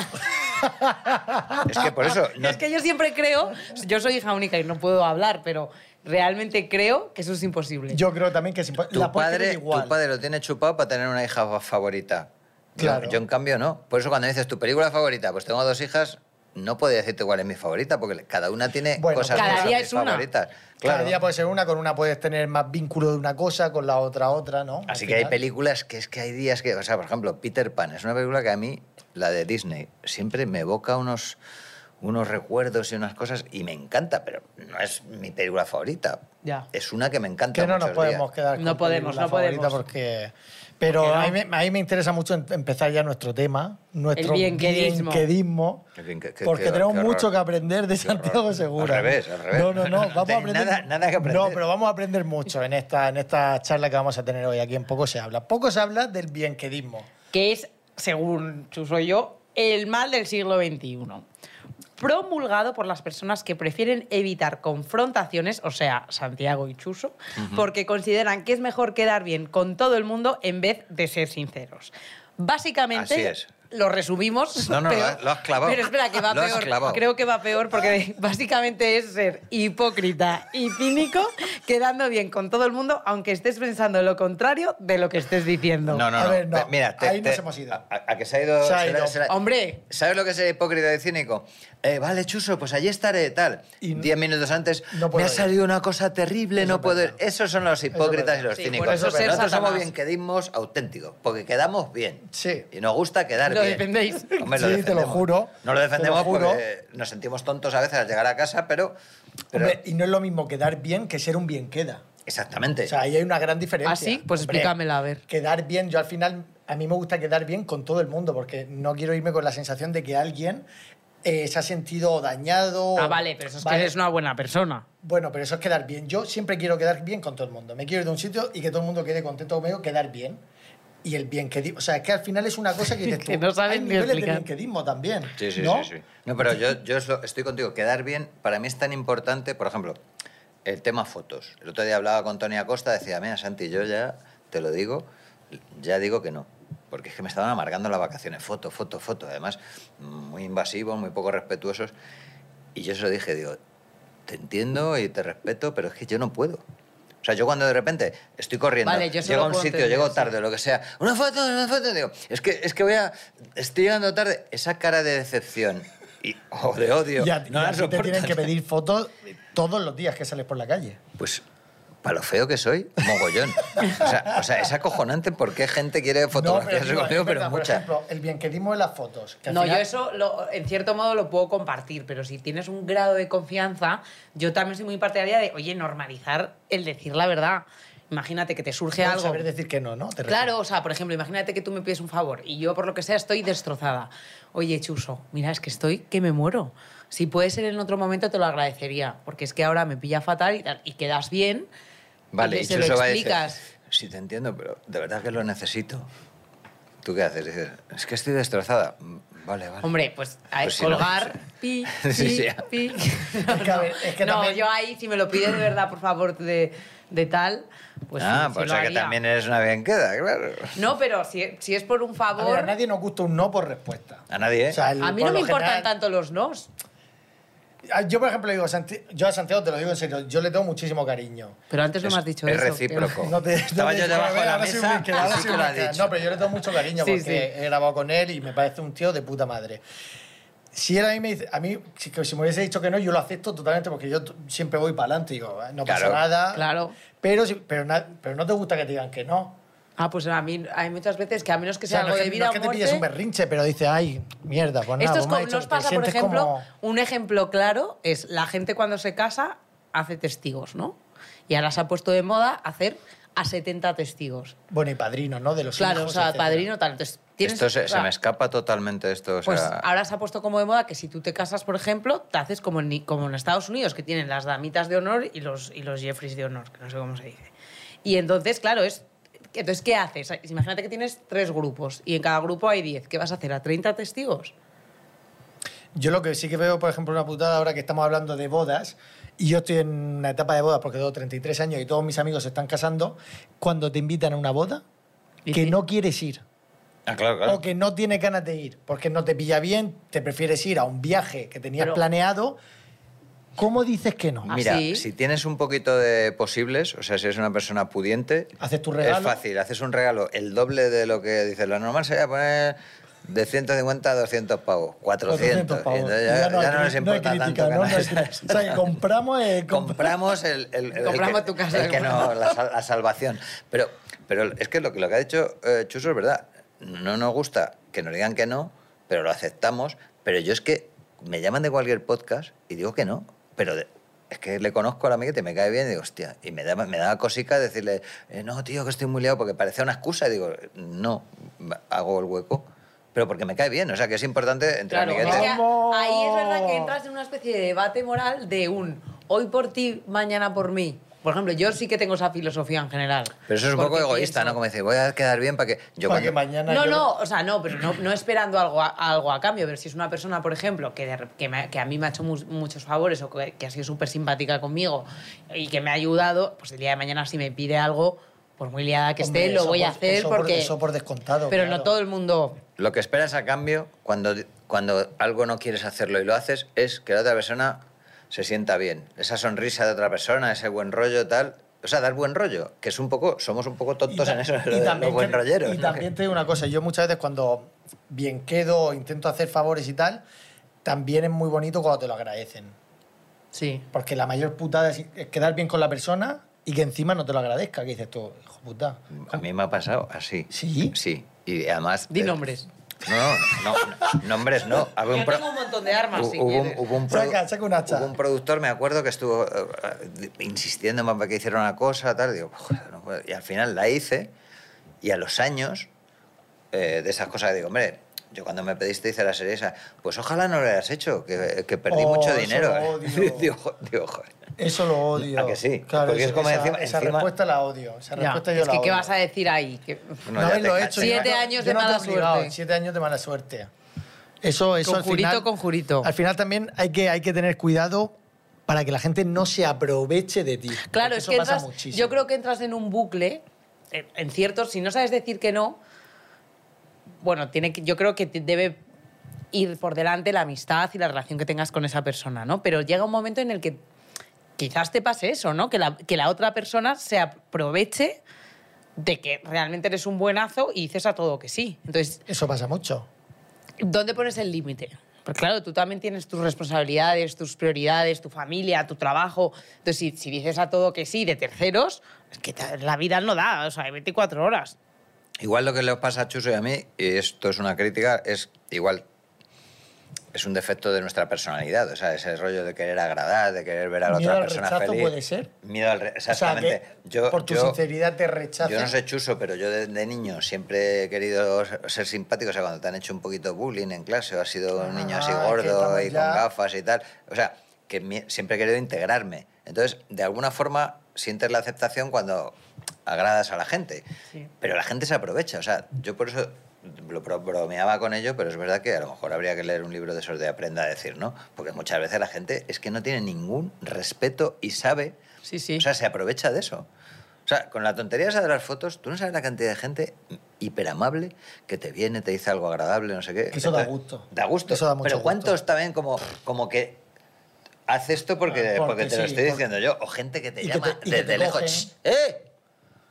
Speaker 4: es que por eso... no-
Speaker 3: Es que yo siempre creo, yo soy hija única y no puedo hablar, pero realmente creo que eso es imposible.
Speaker 2: Yo creo también que es impo-
Speaker 4: tu
Speaker 2: la puedes
Speaker 4: padre,
Speaker 2: tener igual.
Speaker 4: tu padre lo tiene chupado para tener una hija fa- favorita. Yo-
Speaker 2: Claro.
Speaker 4: Yo, en cambio no. Por eso cuando me dices tu película favorita, pues tengo dos hijas, no podía decirte cuál es mi favorita, porque cada una tiene
Speaker 2: Bueno,
Speaker 4: cosas
Speaker 3: cada
Speaker 4: que son
Speaker 3: día
Speaker 4: mis
Speaker 3: es una.
Speaker 4: favoritas.
Speaker 2: Cada
Speaker 4: Claro.
Speaker 2: día puede ser una, con una puedes tener más vínculo de una cosa, con la otra otra, ¿no? Al
Speaker 4: Así que hay
Speaker 2: final.
Speaker 4: películas que es que hay días que, o sea, por ejemplo, Peter Pan es una película que a mí, la de Disney, siempre me evoca unos, unos recuerdos y unas cosas y me encanta, pero no es mi película favorita.
Speaker 3: Ya.
Speaker 4: Es una que me encanta.
Speaker 2: Que no nos
Speaker 4: muchos
Speaker 2: podemos
Speaker 4: días.
Speaker 2: quedar con
Speaker 3: No podemos,
Speaker 2: película
Speaker 3: no
Speaker 2: favorita
Speaker 3: podemos.
Speaker 2: Porque... Pero
Speaker 3: Porque no.
Speaker 2: a, mí, me- a mí me interesa mucho em- empezar ya nuestro tema, nuestro
Speaker 3: bienquedismo.
Speaker 2: bienquedismo,
Speaker 4: En fin, que- que-
Speaker 2: porque
Speaker 4: que-
Speaker 2: tenemos
Speaker 4: qué horror.
Speaker 2: mucho que aprender de Santiago
Speaker 4: horror.
Speaker 2: Segura.
Speaker 4: Al revés, al revés.
Speaker 2: No, no,
Speaker 4: No
Speaker 2: no, vamos a
Speaker 4: tenéis
Speaker 2: aprender.
Speaker 4: nada- nada que aprender.
Speaker 2: No, pero vamos a aprender mucho en esta, en esta charla que vamos a tener hoy aquí en Poco se habla. Poco se habla del bienquedismo.
Speaker 3: que es, según Chuso y yo, el mal del siglo XXI. Promulgado por las personas que prefieren evitar confrontaciones, o sea, Santiago y Chuso, porque consideran que es mejor quedar bien con todo el mundo en vez de ser sinceros. Básicamente,
Speaker 4: Así es.
Speaker 3: lo resumimos.
Speaker 4: No, no,
Speaker 3: pero-
Speaker 4: lo has- lo has clavado.
Speaker 3: Pero espera, que va
Speaker 4: Lo has
Speaker 3: peor.
Speaker 4: clavado.
Speaker 3: Creo que va peor porque básicamente es ser hipócrita y cínico, quedando bien con todo el mundo, aunque estés pensando lo contrario de lo que estés diciendo.
Speaker 4: No, no,
Speaker 2: A
Speaker 4: no.
Speaker 2: ver, no.
Speaker 4: Pe- Mira, te-
Speaker 2: Ahí nos
Speaker 4: te-
Speaker 2: hemos ido.
Speaker 4: A, a- a que se ha ido.
Speaker 2: Se ha
Speaker 4: será-
Speaker 2: ido.
Speaker 4: será-
Speaker 3: Hombre,
Speaker 4: ¿Sabes lo que es el hipócrita y cínico? Eh, vale, Chuso, pues allí estaré, tal.
Speaker 2: Y no-
Speaker 4: Diez minutos antes,
Speaker 2: no
Speaker 4: me
Speaker 2: puedo
Speaker 4: ha
Speaker 2: ir.
Speaker 4: salido una cosa terrible, no puedo ir. Esos son los hipócritas y los
Speaker 3: Sí,
Speaker 4: cínicos.
Speaker 3: por eso ser
Speaker 4: Nosotros somos
Speaker 3: Satanás.
Speaker 4: bienquedismos auténticos, porque quedamos bien.
Speaker 2: Sí.
Speaker 4: Y nos gusta quedar
Speaker 3: Lo
Speaker 4: bien.
Speaker 3: defendéis.
Speaker 4: Hombre,
Speaker 2: Sí, te lo
Speaker 4: defendemos.
Speaker 2: juro,
Speaker 4: No lo
Speaker 2: te lo
Speaker 4: defendemos
Speaker 2: juro.
Speaker 4: porque nos sentimos tontos a veces al llegar a casa, pero... pero-
Speaker 2: Hombre, y no es lo mismo quedar bien que ser un bien queda.
Speaker 4: exactamente.
Speaker 2: O sea, ahí hay una gran diferencia.
Speaker 3: ¿Ah, sí? Pues
Speaker 2: Hombre,
Speaker 3: explícamela, a ver.
Speaker 2: Quedar bien, yo al final, a mí me gusta quedar bien con todo el mundo, porque no quiero irme con la sensación de que alguien eh, se ha sentido dañado.
Speaker 3: Ah, vale, pero eso es
Speaker 2: Vale.
Speaker 3: que eres una buena persona.
Speaker 2: Bueno, pero eso es quedar bien. Yo siempre quiero quedar bien con todo el mundo. Me quiero ir de un sitio y que todo el mundo quede contento conmigo, quedar bien. Y el bien que di- O sea, es que al final es una cosa que dices tú.
Speaker 3: Que no sabes
Speaker 2: hay
Speaker 3: ni
Speaker 2: niveles
Speaker 3: explicar.
Speaker 2: de bienquedismo también.
Speaker 4: Sí, sí,
Speaker 2: ¿no?
Speaker 4: sí, sí. No, pero yo, yo es lo- estoy contigo. Quedar bien para mí es tan importante, por ejemplo, el tema fotos. El otro día hablaba con Tony Acosta, decía, mira, Santi, yo ya te lo digo, ya digo que no. Porque es que me estaban amargando las vacaciones. Foto, foto, foto. Además, muy invasivos, muy poco respetuosos. Y yo se lo dije, digo, te entiendo y te respeto, pero es que yo no puedo. O sea, yo cuando de repente estoy corriendo,
Speaker 3: Vale, yo se
Speaker 4: llego
Speaker 3: lo
Speaker 4: a un
Speaker 3: puedo
Speaker 4: sitio,
Speaker 3: entender,
Speaker 4: llego
Speaker 3: sí.
Speaker 4: tarde, lo que sea, una foto, una foto, digo, es que, es que voy a, estoy llegando tarde, esa cara de decepción y, o de odio,
Speaker 2: Y a-
Speaker 4: no
Speaker 2: y a
Speaker 4: la
Speaker 2: ti te tienen
Speaker 4: soporto.
Speaker 2: que pedir fotos todos los días que sales por la calle.
Speaker 4: Pues, para lo feo que soy, mogollón. o, sea, o sea, es acojonante porque gente quiere fotografías
Speaker 2: digo, es
Speaker 4: conmigo, pero
Speaker 2: verdad, por
Speaker 4: muchas.
Speaker 2: ejemplo, el bienquedismo de las fotos. que al
Speaker 3: No,
Speaker 2: final-
Speaker 3: yo eso lo- en cierto modo lo puedo compartir, pero si tienes un grado de confianza, yo también soy muy partidaria de, oye, normalizar el decir la verdad. Imagínate que te surge
Speaker 2: Bueno,
Speaker 3: algo.
Speaker 2: Saber decir que no, ¿no? Te
Speaker 3: Claro, o sea, por ejemplo, imagínate que tú me pides un favor y yo por lo que sea estoy destrozada. Oye, Chuso, mira, es que estoy que me muero. Si puede ser en otro momento te lo agradecería, porque es que ahora me pilla fatal y, tal, y quedas bien.
Speaker 4: Vale,
Speaker 3: y
Speaker 4: y
Speaker 3: se lo
Speaker 4: Chuso va a decir,
Speaker 3: explicas.
Speaker 4: sí, te entiendo, pero de verdad que lo necesito. ¿Tú qué haces? Dices, es que estoy destrozada. Mm, Vale, vale.
Speaker 3: Hombre, pues, a-
Speaker 4: Pues si no,
Speaker 3: colgar,
Speaker 4: sí.
Speaker 3: pi,
Speaker 4: Sí,
Speaker 3: pi,
Speaker 4: sí.
Speaker 3: pi.
Speaker 2: Es que, a ver, es que
Speaker 3: no,
Speaker 2: también-
Speaker 3: yo ahí, si me lo pides de verdad, por favor, de, de tal, pues
Speaker 4: ah,
Speaker 3: sí, sí
Speaker 4: pues
Speaker 3: lo
Speaker 4: o sea que
Speaker 3: haría.
Speaker 4: también eres una bien queda, claro.
Speaker 3: No, pero si, si es por un
Speaker 2: A, ver,
Speaker 3: favor...
Speaker 2: a nadie nos gusta un no por respuesta.
Speaker 4: A nadie, ¿eh?
Speaker 2: O sea, el-
Speaker 3: a mí
Speaker 2: por
Speaker 3: no me
Speaker 2: lo
Speaker 3: importan
Speaker 2: general-
Speaker 3: tanto los nos.
Speaker 2: Ah, Yo, por ejemplo, digo, Santi- yo a Santiago te lo digo en serio, yo le tengo muchísimo cariño.
Speaker 3: Pero antes no
Speaker 4: Es-
Speaker 3: me has dicho
Speaker 4: es
Speaker 3: eso.
Speaker 4: recíproco.
Speaker 2: No te,
Speaker 4: Oh. Estaba
Speaker 2: no te-
Speaker 4: yo debajo de la
Speaker 2: ahora soy un
Speaker 4: mesa
Speaker 2: bizquero,
Speaker 4: y
Speaker 2: ahora soy
Speaker 4: sí que
Speaker 2: un
Speaker 4: lo ha
Speaker 2: bizquero.
Speaker 4: dicho.
Speaker 2: No, pero yo le tengo mucho cariño
Speaker 3: Sí,
Speaker 2: porque
Speaker 3: sí.
Speaker 2: he grabado con él y me parece un tío de puta madre. Si él a mí me dice, a mí, si, que si me hubiese dicho que no, yo lo acepto totalmente porque yo t- siempre voy para adelante y digo, "Ah, no pasa
Speaker 4: Claro.
Speaker 2: nada.
Speaker 3: Claro.
Speaker 2: Pero, si- pero, na- pero no te gusta que te digan que no.
Speaker 3: Ah, pues a mí hay muchas veces que a menos que
Speaker 2: O
Speaker 3: sea
Speaker 2: sea, no
Speaker 3: algo
Speaker 2: es que-
Speaker 3: de vida
Speaker 2: no
Speaker 3: o
Speaker 2: es que te
Speaker 3: muerte...
Speaker 2: pilles un berrinche, pero dices, ay, mierda, pues nada,
Speaker 3: Esto es
Speaker 2: pues me ha
Speaker 3: como-
Speaker 2: dicho
Speaker 3: nos
Speaker 2: que te
Speaker 3: pasa, por
Speaker 2: sientes
Speaker 3: ejemplo,
Speaker 2: como-
Speaker 3: un ejemplo claro es la gente cuando se casa hace testigos, ¿no? Y ahora se ha puesto de moda hacer a 70 testigos.
Speaker 2: Bueno, y padrino, ¿no? De los
Speaker 3: Claro,
Speaker 2: hijos,
Speaker 3: o sea,
Speaker 2: etcétera.
Speaker 3: padrino tal. Entonces, tienes,
Speaker 4: Esto se,
Speaker 3: o
Speaker 4: se
Speaker 3: sea,
Speaker 4: me escapa totalmente esto. o
Speaker 3: Pues
Speaker 4: sea,
Speaker 3: ahora se ha puesto como de moda que si tú te casas, por ejemplo, te haces como en, como en Estados Unidos, que tienen las damitas de honor y los, y los Jeffries de honor, que no sé cómo se dice. Y entonces, claro, es... Entonces, ¿qué haces? Imagínate que tienes tres grupos y en cada grupo hay 10. ¿Qué vas a hacer? ¿A 30 testigos?
Speaker 2: Yo lo que sí que veo, por ejemplo, una putada ahora que estamos hablando de bodas, y yo estoy en una etapa de bodas porque tengo 33 años y todos mis amigos se están casando, cuando te invitan a una boda
Speaker 3: Y
Speaker 2: que
Speaker 3: sí.
Speaker 2: no quieres ir
Speaker 4: ah, claro, claro.
Speaker 2: o que no tienes ganas de ir, porque no te pilla bien, te prefieres ir a un viaje que tenías
Speaker 3: Pero-
Speaker 2: planeado, ¿cómo dices que no?
Speaker 3: Ah,
Speaker 4: Mira,
Speaker 3: sí.
Speaker 4: si tienes un poquito de posibles, o sea, si eres una persona pudiente,
Speaker 2: Haces tu regalo.
Speaker 4: es fácil, haces un regalo el doble de lo que dices. Lo normal sería poner de 150 a 200 pavos,
Speaker 2: 400
Speaker 4: 400.
Speaker 2: pavos.
Speaker 4: y entonces
Speaker 2: Y
Speaker 4: ya,
Speaker 2: hay
Speaker 4: ya no
Speaker 2: cri-
Speaker 4: les
Speaker 2: hay
Speaker 4: importa
Speaker 2: crítica,
Speaker 4: tanto
Speaker 2: ¿no? No
Speaker 4: ganar
Speaker 2: hay
Speaker 4: esas-
Speaker 2: crítica. O sea, que compramos... eh, comp-
Speaker 4: compramos el, el- el- el
Speaker 3: Compramos
Speaker 4: que,
Speaker 3: tu casa.
Speaker 4: el que no, la, sal- la salvación. Pero, pero es que lo, que- lo que ha dicho eh, Chuso es verdad. No nos gusta que nos digan que no, pero lo aceptamos. Pero yo es que me llaman de cualquier podcast y digo que no, pero de- es que le conozco a la amiguita y me cae bien y digo, hostia, y me da, me da cosica decirle, eh, no, tío, que estoy muy liado, porque parecía una excusa. Y digo, no, hago el hueco, pero porque me cae bien. O sea, que es importante entre
Speaker 3: Claro, es
Speaker 4: amiguetes.
Speaker 3: que
Speaker 2: ¡Vamos!
Speaker 3: ahí es verdad que entras en una especie de debate moral de un hoy por ti, mañana por mí. Por ejemplo, yo sí que tengo esa filosofía en general.
Speaker 4: Pero eso es un
Speaker 3: Porque
Speaker 4: poco egoísta,
Speaker 3: pienso-
Speaker 4: ¿no? Como decir, voy a quedar bien para que... Yo
Speaker 2: para que
Speaker 4: cuando-
Speaker 2: mañana
Speaker 3: No,
Speaker 2: yo-
Speaker 3: no, o sea, no, pero no, no esperando algo a, algo a cambio. Pero si es una persona, por ejemplo, que, de re- que, me- que a mí me ha hecho mu- muchos favores o que, que ha sido súper simpática conmigo y que me ha ayudado, pues el día de mañana si me pide algo, por muy liada que esté,
Speaker 2: Hombre,
Speaker 3: lo
Speaker 2: eso
Speaker 3: voy a
Speaker 2: por-
Speaker 3: hacer
Speaker 2: eso por-
Speaker 3: porque...
Speaker 2: eso por descontado,
Speaker 3: Pero no
Speaker 2: claro.
Speaker 3: todo el mundo...
Speaker 4: Lo que esperas a cambio cuando, cuando algo no quieres hacerlo y lo haces es que la otra persona se sienta bien. Esa sonrisa de otra persona, ese buen rollo, tal. O sea, dar buen rollo, que es un poco, somos un poco tontos
Speaker 2: ta-
Speaker 4: en eso,
Speaker 2: y
Speaker 4: lo de los
Speaker 2: también
Speaker 4: buen
Speaker 2: te-
Speaker 4: rolleros.
Speaker 2: Y
Speaker 4: ¿no?
Speaker 2: también te digo una cosa, yo muchas veces cuando bien quedo o intento hacer favores y tal, también es muy bonito cuando te lo agradecen.
Speaker 3: Sí.
Speaker 2: Porque la mayor putada es es quedar bien con la persona y que encima no te lo agradezca, que dices tú, hijo puta.
Speaker 4: A mí me ha pasado así.
Speaker 2: ¿Sí?
Speaker 4: Sí. Y además...
Speaker 3: Di
Speaker 4: eh,
Speaker 3: nombres.
Speaker 4: No, no, no, nombres no. Había un pro-
Speaker 3: montón de
Speaker 4: Hu- hubo, un- hubo un produ-
Speaker 2: Saca, saca un hacha.
Speaker 4: hubo un productor, me acuerdo, que estuvo eh, insistiendo para que hiciera una cosa, tal, digo, "Joder, no puedo". y al final la hice, y a los años eh, de esas cosas, digo, hombre, yo cuando me pediste hice la serie esa, pues ojalá no lo hayas hecho, que, que perdí
Speaker 2: Oh,
Speaker 4: mucho
Speaker 2: eso
Speaker 4: dinero.
Speaker 2: lo
Speaker 4: eh".
Speaker 2: odio.
Speaker 4: digo, "Jo- digo, joder.
Speaker 2: Eso lo odio.
Speaker 4: ¿A que sí?
Speaker 2: Claro,
Speaker 4: Porque es
Speaker 2: eso-
Speaker 4: como
Speaker 2: esa,
Speaker 4: encima-
Speaker 2: esa
Speaker 4: encima-
Speaker 2: respuesta la odio. Esa respuesta yo
Speaker 3: es
Speaker 2: la
Speaker 3: que, ¿qué
Speaker 2: odio.
Speaker 3: vas a decir ahí? Que-
Speaker 4: Bueno,
Speaker 2: no
Speaker 4: ya
Speaker 2: haberlo hecho.
Speaker 4: te cachas.
Speaker 2: yo
Speaker 3: Siete
Speaker 2: no-
Speaker 3: años
Speaker 2: yo
Speaker 3: de
Speaker 2: no te he
Speaker 3: mala
Speaker 2: obligado,
Speaker 3: suerte.
Speaker 2: Siete años de mala suerte. Eso, eso
Speaker 3: Conjurito,
Speaker 2: al final,
Speaker 3: conjurito.
Speaker 2: Al final también hay que, hay que tener cuidado para que la gente no se aproveche de ti.
Speaker 3: Claro,
Speaker 2: porque
Speaker 3: es
Speaker 2: eso
Speaker 3: que
Speaker 2: pasa
Speaker 3: entras,
Speaker 2: muchísimo.
Speaker 3: yo creo que entras en un bucle, en en ciertos, si no sabes decir que no, bueno, tiene que, yo creo que te- debe ir por delante la amistad y la relación que tengas con esa persona, ¿no? Pero llega un momento en el que quizás te pase eso, ¿no? Que la, que la otra persona se aproveche de que realmente eres un buenazo y dices a todo que sí. Entonces,
Speaker 2: Eso pasa mucho.
Speaker 3: ¿Dónde pones el límite? Porque claro, tú también tienes tus responsabilidades, tus prioridades, tu familia, tu trabajo. Entonces, si, si dices a todo que sí de terceros, es que ta- la vida no da, o sea, hay 24 horas.
Speaker 4: Igual lo que le pasa a Chuso y a mí, y esto es una crítica, es igual. Es un defecto de nuestra personalidad, o sea, ese rollo de querer agradar, de querer ver a la
Speaker 2: Miedo
Speaker 4: otra
Speaker 2: al
Speaker 4: persona
Speaker 2: rechazo
Speaker 4: feliz.
Speaker 2: puede ser.
Speaker 4: Miedo al re-
Speaker 2: O sea,
Speaker 4: Exactamente.
Speaker 2: que
Speaker 4: yo,
Speaker 2: por tu
Speaker 4: yo-
Speaker 2: sinceridad te rechazan.
Speaker 4: Yo no soy Chuso, pero yo desde niño siempre he querido ser- ser simpático. O sea, cuando te han hecho un poquito bullying en clase o has sido un niño así
Speaker 2: Ah, que
Speaker 4: gordo
Speaker 2: estamos
Speaker 4: y con
Speaker 2: ya-
Speaker 4: gafas y tal. O sea, que mi- siempre he querido integrarme. Entonces, de alguna forma, sientes la aceptación cuando agradas a la gente.
Speaker 3: Sí.
Speaker 4: Pero la gente se aprovecha. O sea, yo por eso lo bro- bromeaba con ello, pero es verdad que a lo mejor habría que leer un libro de esos de Aprenda a Decir, ¿no? Porque muchas veces la gente es que no tiene ningún respeto y sabe
Speaker 3: Sí, sí.
Speaker 4: o sea, se aprovecha de eso. O sea, con la tontería esa de las fotos, tú no sabes la cantidad de gente hiperamable que te viene, te dice algo agradable, no sé qué.
Speaker 2: Que eso da gusto.
Speaker 4: Da gusto.
Speaker 2: Eso da mucho
Speaker 4: Pero
Speaker 2: gusto.
Speaker 4: ¿cuántos también como, como que haz esto porque,
Speaker 2: Ah,
Speaker 4: porque,
Speaker 2: porque
Speaker 4: te lo
Speaker 2: sí,
Speaker 4: estoy
Speaker 2: porque-
Speaker 4: diciendo yo? O gente que te
Speaker 2: Y que
Speaker 4: llama
Speaker 2: te- y que
Speaker 4: desde
Speaker 2: te
Speaker 4: lejos.
Speaker 2: cogen.
Speaker 4: "Shh, ¡Eh!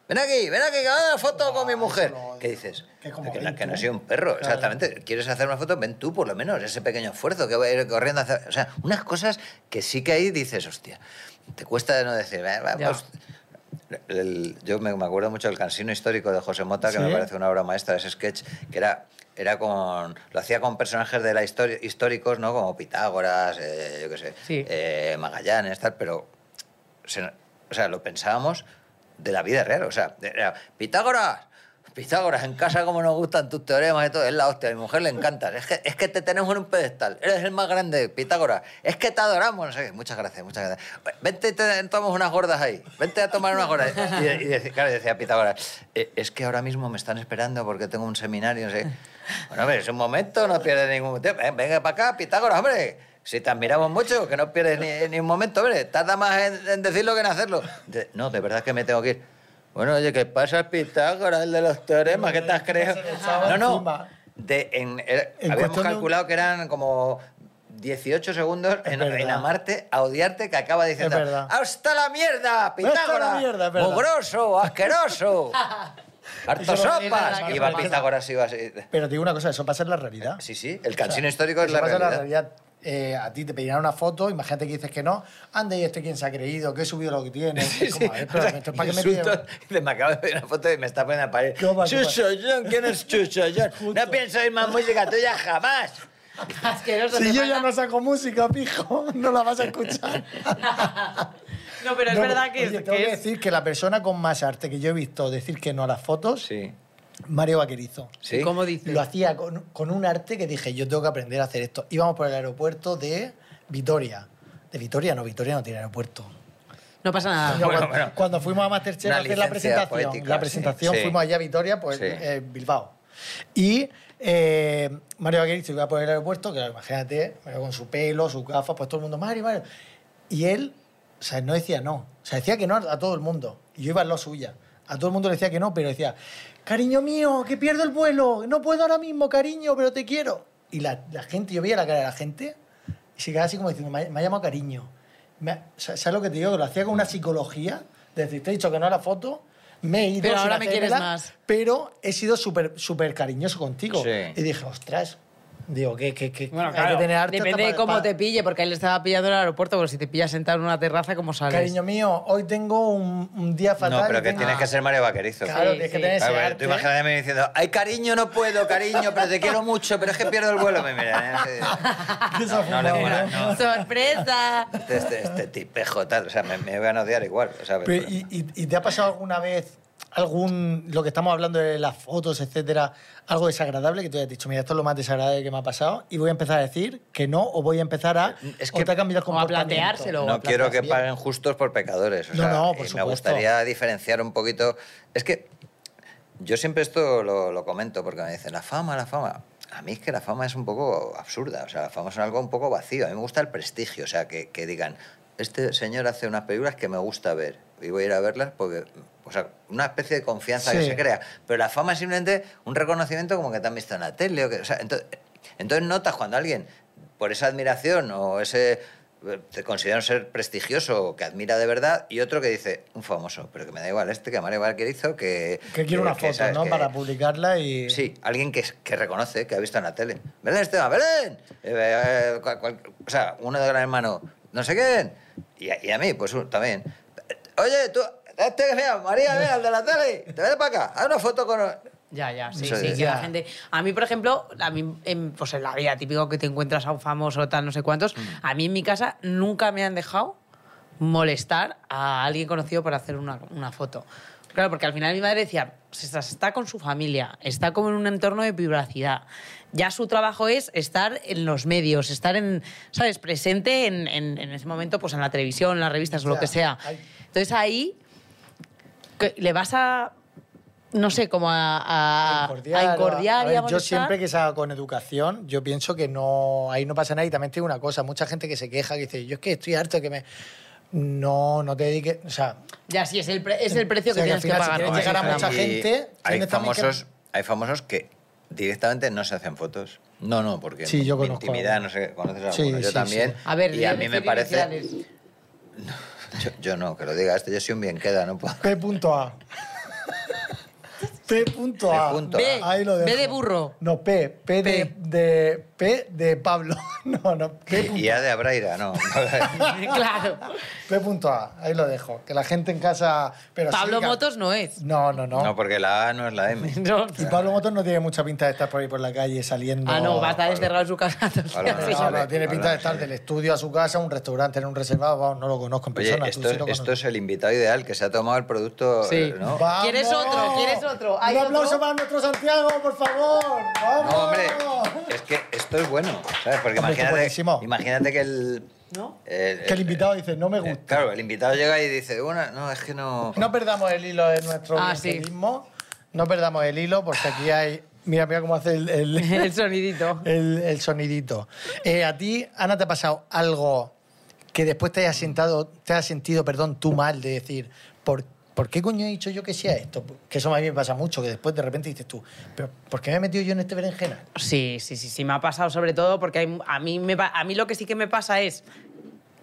Speaker 4: Ven aquí, ven aquí, que haga una foto con mi
Speaker 2: eso
Speaker 4: mujer.
Speaker 2: lo odio.
Speaker 4: ¿Qué dices?
Speaker 2: Que como
Speaker 4: que,
Speaker 2: ven
Speaker 4: no- que no
Speaker 2: tú.
Speaker 4: soy un perro,
Speaker 2: Claro.
Speaker 4: exactamente. ¿Quieres hacer una foto? Ven tú, por lo menos, ese pequeño esfuerzo que va a ir corriendo a hacer. O sea, unas cosas que sí que ahí dices, hostia, te cuesta no decir, "Eh, vamos". El- yo me, me acuerdo mucho del cansino histórico de José Mota, que
Speaker 2: Sí.
Speaker 4: me parece una obra maestra, ese sketch, que era, era con. Lo hacía con personajes de la historia, históricos, ¿no? Como Pitágoras, eh, yo qué sé,
Speaker 3: Sí.
Speaker 4: eh, Magallanes, tal, pero se- o sea, lo pensábamos de la vida real. O sea, era, Pitágoras, Pitágoras, en casa como nos gustan tus teoremas y todo, es la hostia, a mi mujer le encanta. Es que, es que te tenemos en un pedestal, eres el más grande, Pitágoras. Es que te adoramos, no sé qué. Muchas gracias, muchas gracias. Vente y te tomamos unas gordas ahí, vente a tomar unas gordas. Y, y decía- claro, decía Pitágoras, "Eh, es que ahora mismo me están esperando porque tengo un seminario, no sé. Bueno, hombre, es un momento, no pierdes ningún tiempo. Ven- Venga para acá, Pitágoras, hombre. Si te admiramos mucho, que no pierdes ni, ni un momento, hombre. Tarda más en, en decirlo que en hacerlo. De- no, de verdad que me tengo que ir. Bueno, oye, ¿qué pasa, Pitágoras, el de los teoremas? ¿Qué te has creído? No, no. De- en- era-
Speaker 2: En
Speaker 4: habíamos
Speaker 2: cuestión de un-
Speaker 4: calculado que eran como 18 segundos en,
Speaker 2: verdad.
Speaker 4: en amarte, a odiarte, que acaba diciendo...
Speaker 2: Es verdad.
Speaker 4: ¡Hasta la mierda,
Speaker 2: la
Speaker 4: Pitágoras!
Speaker 2: mierda, es verdad.
Speaker 4: ¡Mugroso, asqueroso! ¡Harto
Speaker 2: Eso no tiene
Speaker 3: nada
Speaker 4: sopas!
Speaker 3: que
Speaker 4: Y va
Speaker 3: ver.
Speaker 4: Pitágoras iba así...
Speaker 2: Pero te digo una cosa, eso pasa en la realidad.
Speaker 4: Sí, sí, el cansino histórico
Speaker 2: Eso
Speaker 4: es la
Speaker 2: pasa en
Speaker 4: realidad.
Speaker 2: la realidad. Eh, a ti te pedirán una foto, imagínate que dices que no, anda y este quien se ha creído, que he subido lo que tiene.
Speaker 4: Sí,
Speaker 2: Es como,
Speaker 4: sí.
Speaker 2: a ver,
Speaker 4: O
Speaker 2: pero
Speaker 4: sea,
Speaker 2: esto es para que me
Speaker 4: insultos.
Speaker 2: pida-
Speaker 4: Dice, me acabo de pedir una foto y me está poniendo a parir.
Speaker 2: ¿Qué va, qué va?
Speaker 4: Chucho John, ¿quién es Chucho John? No pienso oír más música tuya jamás.
Speaker 3: Asqueroso,
Speaker 2: Si
Speaker 3: te
Speaker 2: yo
Speaker 3: manda-
Speaker 2: ya no saco música, pijo, no la vas a escuchar.
Speaker 3: No, pero es
Speaker 2: No,
Speaker 3: verdad
Speaker 2: oye,
Speaker 3: que, es,
Speaker 2: tengo
Speaker 3: que
Speaker 2: que
Speaker 3: es-
Speaker 2: decir que la persona con más arte que yo he visto decir que no a las fotos,
Speaker 4: Sí,
Speaker 2: Mario Vaquerizo.
Speaker 4: sí.
Speaker 3: ¿Cómo dices?
Speaker 2: Lo hacía con, con un arte que dije, yo tengo que aprender a hacer esto. Íbamos por el aeropuerto de Vitoria. De Vitoria, no, Vitoria no tiene aeropuerto.
Speaker 3: No pasa nada.
Speaker 2: Yo
Speaker 4: Ah, Bueno,
Speaker 2: cuando,
Speaker 4: bueno.
Speaker 2: cuando fuimos a Masterchef
Speaker 4: Una
Speaker 2: a hacer la
Speaker 4: licencia
Speaker 2: presentación,
Speaker 4: poética,
Speaker 2: la
Speaker 4: sí,
Speaker 2: presentación
Speaker 4: sí.
Speaker 2: fuimos allá a Vitoria, pues
Speaker 4: Sí.
Speaker 2: eh, Bilbao. Y eh, Mario Vaquerizo iba por el aeropuerto, que imagínate, Mario con su pelo, sus gafas, pues todo el mundo, Mario, Mario. Y él, o sea, no decía no. O sea, decía que no a todo el mundo. Y yo iba en lo suya. A todo el mundo le decía que no, pero decía, cariño mío, que pierdo el vuelo, no puedo ahora mismo, cariño, pero te quiero. Y la, la gente, yo veía la cara de la gente y se quedaba así como diciendo, me ha, me ha llamado cariño. Me ha- sa- ¿Sabes lo que te digo? Lo hacía con una psicología, de decir, te he dicho que no a la foto, me he ido
Speaker 3: Pero
Speaker 2: sin
Speaker 3: ahora me quieres
Speaker 2: hacérmela,
Speaker 3: más.
Speaker 2: Pero he sido súper súper cariñoso contigo.
Speaker 4: Sí.
Speaker 2: Y dije, ostras, digo, que, que, que
Speaker 3: Bueno,
Speaker 2: hay
Speaker 3: claro,
Speaker 2: que tener arte hasta
Speaker 3: depende de
Speaker 2: pa-
Speaker 3: cómo
Speaker 2: pa-
Speaker 3: te pille, porque él estaba pillando en el aeropuerto, pero si te pillas sentado en una terraza, ¿cómo sales?
Speaker 2: Cariño mío, hoy tengo un, un día fatal.
Speaker 4: No, pero
Speaker 2: y
Speaker 4: que
Speaker 2: tengo-
Speaker 4: tienes que ser Mario Vaquerizo.
Speaker 2: Claro,
Speaker 3: Sí,
Speaker 2: tienes que
Speaker 3: sí.
Speaker 2: tener ese
Speaker 4: Ah, bueno,
Speaker 2: arte. ¿eh?
Speaker 4: tú imagínate a mí diciendo, ay, cariño, no puedo, cariño, pero te quiero mucho, pero es que pierdo el vuelo. Me mira, ¿eh? no sé. no, no, le mola, no.
Speaker 3: ¡Sorpresa!
Speaker 4: Este, este- este tipejo, tal. O sea, me, me van a odiar igual. O sea,
Speaker 2: Pero,
Speaker 4: pero-
Speaker 2: ¿y, y, y te ha pasado alguna vez algún, lo que estamos hablando de las fotos, etcétera, algo desagradable que tú hayas dicho, mira, esto es lo más desagradable que me ha pasado y voy a empezar a decir que no o voy a empezar a...
Speaker 4: Es
Speaker 2: o
Speaker 4: que-
Speaker 2: te ha cambiado el
Speaker 3: O a
Speaker 2: comportamiento?
Speaker 3: planteárselo.
Speaker 4: no quiero que
Speaker 2: bien.
Speaker 4: paguen justos por pecadores. o
Speaker 2: No,
Speaker 4: sea,
Speaker 2: no, por
Speaker 4: y Me
Speaker 2: supuesto.
Speaker 4: gustaría diferenciar un poquito. Es que yo siempre esto lo, lo comento porque me dicen, la fama, la fama. A mí es que la fama es un poco absurda. O sea, la fama es algo un poco vacío. A mí me gusta el prestigio. O sea, que, que digan, este señor hace unas películas que me gusta ver y voy a ir a verlas porque. O sea, una especie de confianza que
Speaker 2: Sí.
Speaker 4: se crea. Pero la fama es simplemente un reconocimiento como que te han visto en la tele. O que, o sea, entonces, entonces notas cuando alguien, por esa admiración o ese eh, te considera un ser prestigioso o que admira de verdad y otro que dice un famoso pero que me da igual este que me da igual que hizo que
Speaker 2: Que quiero una
Speaker 4: que,
Speaker 2: foto,
Speaker 4: ¿sabes?
Speaker 2: ¿no?
Speaker 4: Que-
Speaker 2: Para publicarla y...
Speaker 4: sí alguien que, que reconoce que ha visto en la tele Belén Esteban Belén Eh, eh, cual- cual- o sea uno de gran hermano no sé quién y a, y a mí pues un- también oye tú este que mira, María mira el de la tele te ves para acá haz una foto con
Speaker 3: Ya, ya, sí,
Speaker 4: Eso
Speaker 3: sí,
Speaker 4: es.
Speaker 3: que
Speaker 2: Ya.
Speaker 3: la gente... A mí, por ejemplo, a mí, en, pues en la vida típico que te encuentras a un famoso, tal, no sé cuántos, a mí en mi casa nunca me han dejado molestar a alguien conocido para hacer una, una foto. Claro, porque al final mi madre decía, "Se está, está con su familia, está como en un entorno de privacidad. Ya su trabajo es estar en los medios, estar en, ¿sabes?, presente en, en- en ese momento, pues en la televisión, en las revistas o lo
Speaker 2: Ya,
Speaker 3: que sea.
Speaker 2: hay-
Speaker 3: Entonces ahí que le vas a no sé, como a, a,
Speaker 2: Incordiar,
Speaker 3: a incordiar
Speaker 2: a- a
Speaker 3: y a
Speaker 2: ver, Yo
Speaker 3: molestar.
Speaker 2: siempre que salga con educación, yo pienso que no ahí no pasa nada. Y también tengo una cosa, mucha gente que se queja, que dice, yo es que estoy harto de que me... No, no te dediques... O sea,
Speaker 3: Ya, sí, es el, pre- es el precio
Speaker 2: O sea,
Speaker 3: que
Speaker 2: que al
Speaker 3: tienes
Speaker 2: final,
Speaker 3: que,
Speaker 2: si quieres
Speaker 3: pagar. ¿no?
Speaker 2: llegar a
Speaker 3: Sí,
Speaker 2: mucha
Speaker 3: claro.
Speaker 4: Y
Speaker 2: gente,
Speaker 4: Hay
Speaker 2: tienes también que-
Speaker 4: famosos, hay famosos que directamente no se hacen fotos. No, no, porque
Speaker 2: Sí,
Speaker 4: mi-
Speaker 2: yo
Speaker 4: mi
Speaker 2: conozco
Speaker 4: intimidad,
Speaker 2: algunos.
Speaker 4: no sé, conoces a
Speaker 2: Sí,
Speaker 4: algunos. yo
Speaker 2: sí,
Speaker 4: también.
Speaker 2: sí.
Speaker 3: A ver,
Speaker 4: y a mí me
Speaker 3: decir
Speaker 4: parece.
Speaker 3: iniciales.
Speaker 4: Yo, yo no, que lo diga este, yo soy un bien queda, no puedo.
Speaker 2: P.A. P.A.
Speaker 4: punto.
Speaker 3: B,
Speaker 2: Ahí lo dejo.
Speaker 3: B de burro.
Speaker 2: No, P. P, De,
Speaker 3: P.
Speaker 2: de- P de Pablo. No, no. P.
Speaker 4: Eh, Y a de Abraira, no.
Speaker 3: claro.
Speaker 2: P.A. Ahí lo dejo. Que la gente en casa... Pero
Speaker 3: Pablo
Speaker 2: siga.
Speaker 3: Motos no es.
Speaker 2: No, no, no.
Speaker 4: No, porque la A no es la M.
Speaker 3: No.
Speaker 2: Y Pablo Motos no tiene mucha pinta de estar por ahí por la calle saliendo...
Speaker 3: Ah, no, va a estar
Speaker 4: Pablo.
Speaker 3: encerrado en su casa. todo el
Speaker 4: Pablo
Speaker 3: día.
Speaker 4: no
Speaker 2: No,
Speaker 4: Sí,
Speaker 2: no,
Speaker 4: sale,
Speaker 2: tiene pinta de
Speaker 4: Pablo,
Speaker 2: estar
Speaker 4: sí.
Speaker 2: del estudio a su casa, un restaurante, en un reservado, vamos, no lo conozco en
Speaker 4: Oye,
Speaker 2: persona. tú
Speaker 4: esto,
Speaker 2: sí lo
Speaker 4: esto
Speaker 2: conoces.
Speaker 4: es el invitado ideal que se ha tomado el producto,
Speaker 3: Sí.
Speaker 4: eh, ¿no?
Speaker 2: ¡Vamos!
Speaker 3: ¿Quieres otro? ¿Quieres otro? ¿Hay
Speaker 2: Un aplauso
Speaker 3: otro?
Speaker 2: para nuestro Santiago, por favor. ¡Vamos!
Speaker 4: No, hombre, es que esto es bueno, ¿sabes?
Speaker 2: Hombre, esto es
Speaker 4: Porque imagínate,
Speaker 2: buenísimo.
Speaker 4: imagínate que el...
Speaker 3: ¿No?
Speaker 2: Que el invitado dice, no me
Speaker 4: Eh,
Speaker 2: gusta.
Speaker 4: Claro, el invitado llega y dice, una, no, es que no...
Speaker 2: No perdamos el hilo de nuestro
Speaker 3: Ah,
Speaker 2: bienquerismo. No perdamos el hilo porque aquí hay... Mira, mira cómo hace el, el,
Speaker 3: El sonidito.
Speaker 2: el- el sonidito. Eh, ¿A ti, Ana, te ha pasado algo que después te hayas, sentado, te hayas sentido perdón, tú mal de decir, ¿por, ¿por qué coño he dicho yo que sea esto? Que eso a mí me pasa mucho, que después de repente dices tú, ¿pero por qué me he metido yo en este berenjena?
Speaker 3: Sí, sí, sí, sí, me ha pasado sobre todo porque hay- a, mí me, pa- a mí lo que sí que me pasa es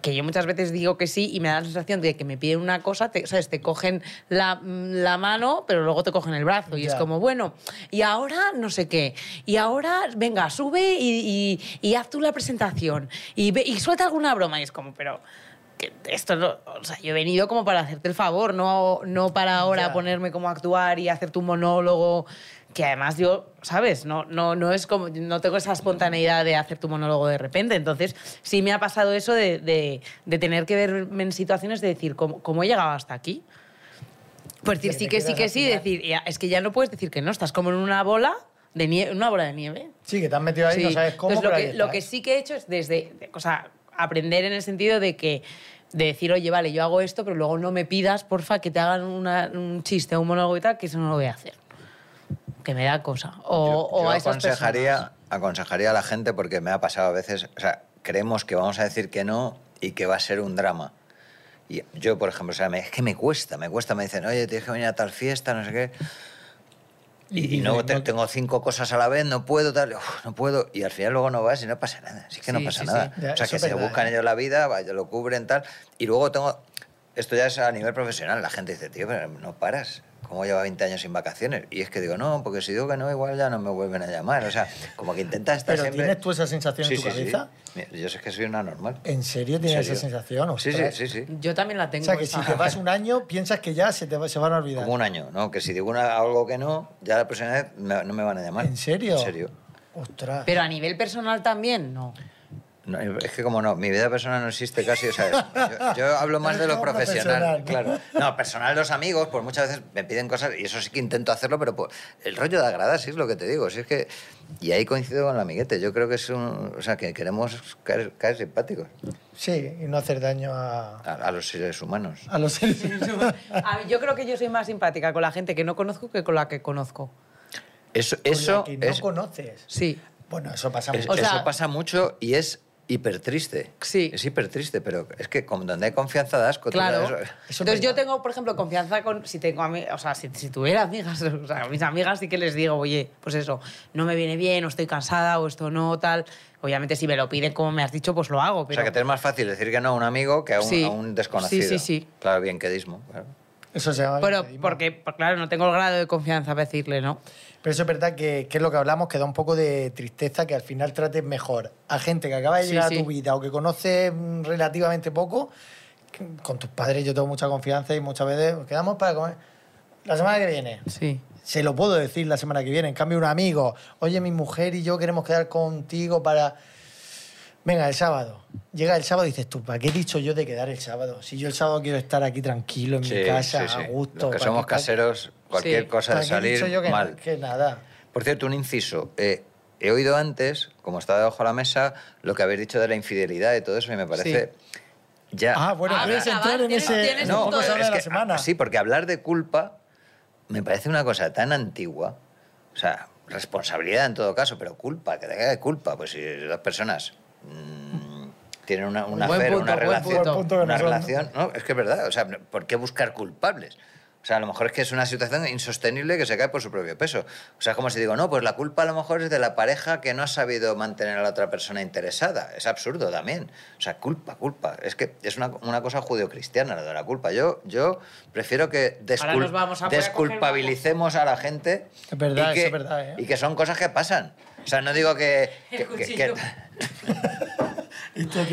Speaker 3: que yo muchas veces digo que sí y me da la sensación de que me piden una cosa, te, ¿sabes? Te cogen la, la mano, pero luego te cogen el brazo y
Speaker 2: Ya.
Speaker 3: es como, bueno, y ahora no sé qué, y ahora venga, sube y, y- y haz tú la presentación y, ve- y suelta alguna broma y es como, pero... que Esto no- o sea, yo he venido como para hacerte el favor, no, no para ahora
Speaker 2: Ya.
Speaker 3: poner ponerme cómo actuar y hacer tu monólogo. Que además yo, ¿sabes? No, no, no es como. No tengo esa espontaneidad de hacer tu monólogo de repente. Entonces, sí me ha pasado eso de, de- de tener que verme en situaciones de decir, ¿cómo, cómo he llegado hasta aquí? Pues decir,
Speaker 2: Que
Speaker 3: sí
Speaker 2: te
Speaker 3: que
Speaker 2: quedas
Speaker 3: sí que
Speaker 2: al
Speaker 3: sí,
Speaker 2: final.
Speaker 3: decir, ya- es que ya no puedes decir que no, estás como en una bola de nieve, una bola de nieve.
Speaker 2: Sí, que te has metido ahí,
Speaker 3: Sí.
Speaker 2: no sabes cómo,
Speaker 3: Entonces,
Speaker 2: pero
Speaker 3: lo,
Speaker 2: ahí
Speaker 3: que, lo
Speaker 2: estás.
Speaker 3: que sí que he hecho es desde, de- o sea, aprender en el sentido de que de decir, oye, vale, yo hago esto, pero luego no me pidas, porfa, que te hagan una- un chiste o un monólogo y tal, que eso no lo voy a hacer. Que me da cosa. O,
Speaker 4: yo
Speaker 3: o a esas
Speaker 4: aconsejaría,
Speaker 3: personas.
Speaker 4: aconsejaría a la gente porque me ha pasado a veces, o sea, creemos que vamos a decir que no y que va a ser un drama. Y yo, por ejemplo, o sea, me- es que me cuesta, me cuesta. Me dicen, oye, tienes que venir a tal fiesta, no sé qué. Y, y
Speaker 2: dices,
Speaker 4: no, te-
Speaker 2: no-
Speaker 4: tengo cinco cosas a la vez, no puedo, tal, uf, no puedo. Y al final luego no vas y no pasa nada. Así que no
Speaker 3: Sí,
Speaker 4: pasa
Speaker 3: sí,
Speaker 4: nada.
Speaker 2: sí. Ya,
Speaker 4: o sea,
Speaker 2: eso
Speaker 4: que
Speaker 2: es
Speaker 4: se
Speaker 2: verdad,
Speaker 4: buscan
Speaker 2: ¿eh?
Speaker 4: ellos la vida, vaya, lo cubren, tal. Y luego tengo. Esto ya es a nivel profesional. La gente dice, tío, pero no paras. ¿Cómo lleva 20 años sin vacaciones? Y es que digo, no, porque si digo que no, igual ya no me vuelven a llamar. O sea, como que intentas estar
Speaker 2: Pero
Speaker 4: siempre.
Speaker 2: tienes tú esa sensación en tu cabeza.
Speaker 4: Mira, Yo sé que soy una normal.
Speaker 2: ¿En serio tienes
Speaker 4: serio.
Speaker 2: esa sensación?
Speaker 4: Sí, sí,
Speaker 2: Ostras.
Speaker 4: sí, sí.
Speaker 3: Yo también la tengo.
Speaker 2: O sea, que si
Speaker 3: esa.
Speaker 2: te vas un año, piensas que ya se te va- se van a olvidar.
Speaker 4: Como un año, ¿no? Que si digo una- algo que no, ya la próxima vez me- no me van a llamar.
Speaker 2: ¿En serio?
Speaker 4: En serio.
Speaker 2: Ostras.
Speaker 3: Pero a nivel personal también, no.
Speaker 4: No, es que como no, mi vida personal no existe casi, o sea, yo, yo hablo más de lo
Speaker 2: No,
Speaker 4: profesional,
Speaker 2: profesional.
Speaker 4: claro. No, personal los amigos, pues muchas veces me piden cosas y eso sí que intento hacerlo, pero por- el rollo de agradar, sí es lo que te digo, si es que... Y ahí coincido con el amiguete, yo creo que es un... O sea, que queremos caer, caer simpáticos
Speaker 2: Sí, y no hacer daño a,
Speaker 4: a, a los seres humanos.
Speaker 2: a los seres humanos.
Speaker 3: A mí- yo creo que yo soy más simpática con la gente que no conozco que con la que conozco.
Speaker 4: Eso,
Speaker 2: con la
Speaker 4: eso,
Speaker 2: que no
Speaker 4: es-
Speaker 2: conoces.
Speaker 3: Sí.
Speaker 2: Bueno, eso pasa
Speaker 4: es-
Speaker 2: mucho.
Speaker 3: o sea-
Speaker 4: eso pasa mucho y es hipertriste.
Speaker 3: Sí.
Speaker 4: Es hipertriste, pero es que como donde hay confianza das asco. tío,
Speaker 3: Claro.
Speaker 4: eso-
Speaker 2: es
Speaker 3: Entonces yo tengo, por ejemplo, confianza con si tengo ami- o sea, si, si tuviera amigas, o sea, a mis amigas sí que les digo, oye, pues eso, no me viene bien, o estoy cansada, o esto no, tal. Obviamente si me lo piden como me has dicho, pues lo hago.
Speaker 4: O
Speaker 3: Pero
Speaker 4: sea, que te es más fácil decir que no a un amigo que a un,
Speaker 3: Sí.
Speaker 4: a un desconocido.
Speaker 3: Sí, sí, sí.
Speaker 4: Claro, bien, quedismo. Claro.
Speaker 2: Eso se llama
Speaker 3: Pero
Speaker 2: bienpedismo.
Speaker 3: porque, por- claro, no tengo el grado de confianza para decirle, ¿no?
Speaker 2: Pero eso es verdad que, que es lo que hablamos, que da un poco de tristeza que al final trates mejor a gente que acaba de
Speaker 3: Sí,
Speaker 2: llegar
Speaker 3: sí.
Speaker 2: a tu vida o que conoces mm, relativamente poco. que Con tus padres yo tengo mucha confianza y muchas veces "Nos quedamos para comer. La semana que viene.
Speaker 3: Sí.
Speaker 2: Se lo puedo decir la semana que viene. En cambio, un amigo, oye, mi mujer y yo queremos quedar contigo para. Venga, el sábado. Llega el sábado y dices tú, ¿para qué he dicho yo de quedar el sábado? Si yo el sábado quiero estar aquí tranquilo, en mi casa, a gusto.
Speaker 4: Los que
Speaker 2: ¿para
Speaker 4: somos
Speaker 2: qué tal?
Speaker 4: caseros, cualquier
Speaker 3: Sí.
Speaker 4: cosa de
Speaker 2: ¿Para qué he dicho
Speaker 4: salir
Speaker 2: yo que,
Speaker 4: mal.
Speaker 2: que nada.
Speaker 4: Por cierto, un inciso. Eh, he oído antes, como estaba debajo de la mesa, lo que habéis dicho de la infidelidad y todo eso, y me parece. Ya.
Speaker 2: Ah, bueno,
Speaker 3: Ahora,
Speaker 2: quieres
Speaker 3: acabar,
Speaker 2: entrar en
Speaker 3: tienes-
Speaker 2: ese
Speaker 3: tienes
Speaker 2: en
Speaker 3: un
Speaker 2: el punto
Speaker 3: punto.
Speaker 2: clave de
Speaker 4: es
Speaker 2: la
Speaker 4: que-
Speaker 2: semana.
Speaker 4: Sí, porque hablar de culpa me parece una cosa tan antigua. O sea, responsabilidad en todo caso, pero culpa, que te quede culpa. Pues si las personas mm, tienen una, una
Speaker 3: Buen
Speaker 4: affair,
Speaker 3: punto,
Speaker 4: una
Speaker 3: buen
Speaker 4: relación,
Speaker 3: punto. Buen
Speaker 2: punto que
Speaker 4: una
Speaker 2: nos dan.
Speaker 4: relación, no, es que es verdad. O sea, ¿por qué buscar culpables? O sea, a lo mejor es que es una situación insostenible que se cae por su propio peso. O sea, es como si digo, no, pues la culpa a lo mejor es de la pareja que no ha sabido mantener a la otra persona interesada. Es absurdo también. O sea, culpa, culpa. Es que es una, una cosa judeocristiana lo de la culpa. Yo, yo prefiero que
Speaker 3: Ahora nos
Speaker 4: descul-
Speaker 3: vamos a- voy a coger
Speaker 4: desculpabilicemos a la gente.
Speaker 2: Es verdad,
Speaker 4: y que,
Speaker 2: eso es verdad, ¿eh?
Speaker 4: Y que son cosas que pasan. O sea, no digo que...
Speaker 3: El
Speaker 4: que- que-
Speaker 3: cuchillo.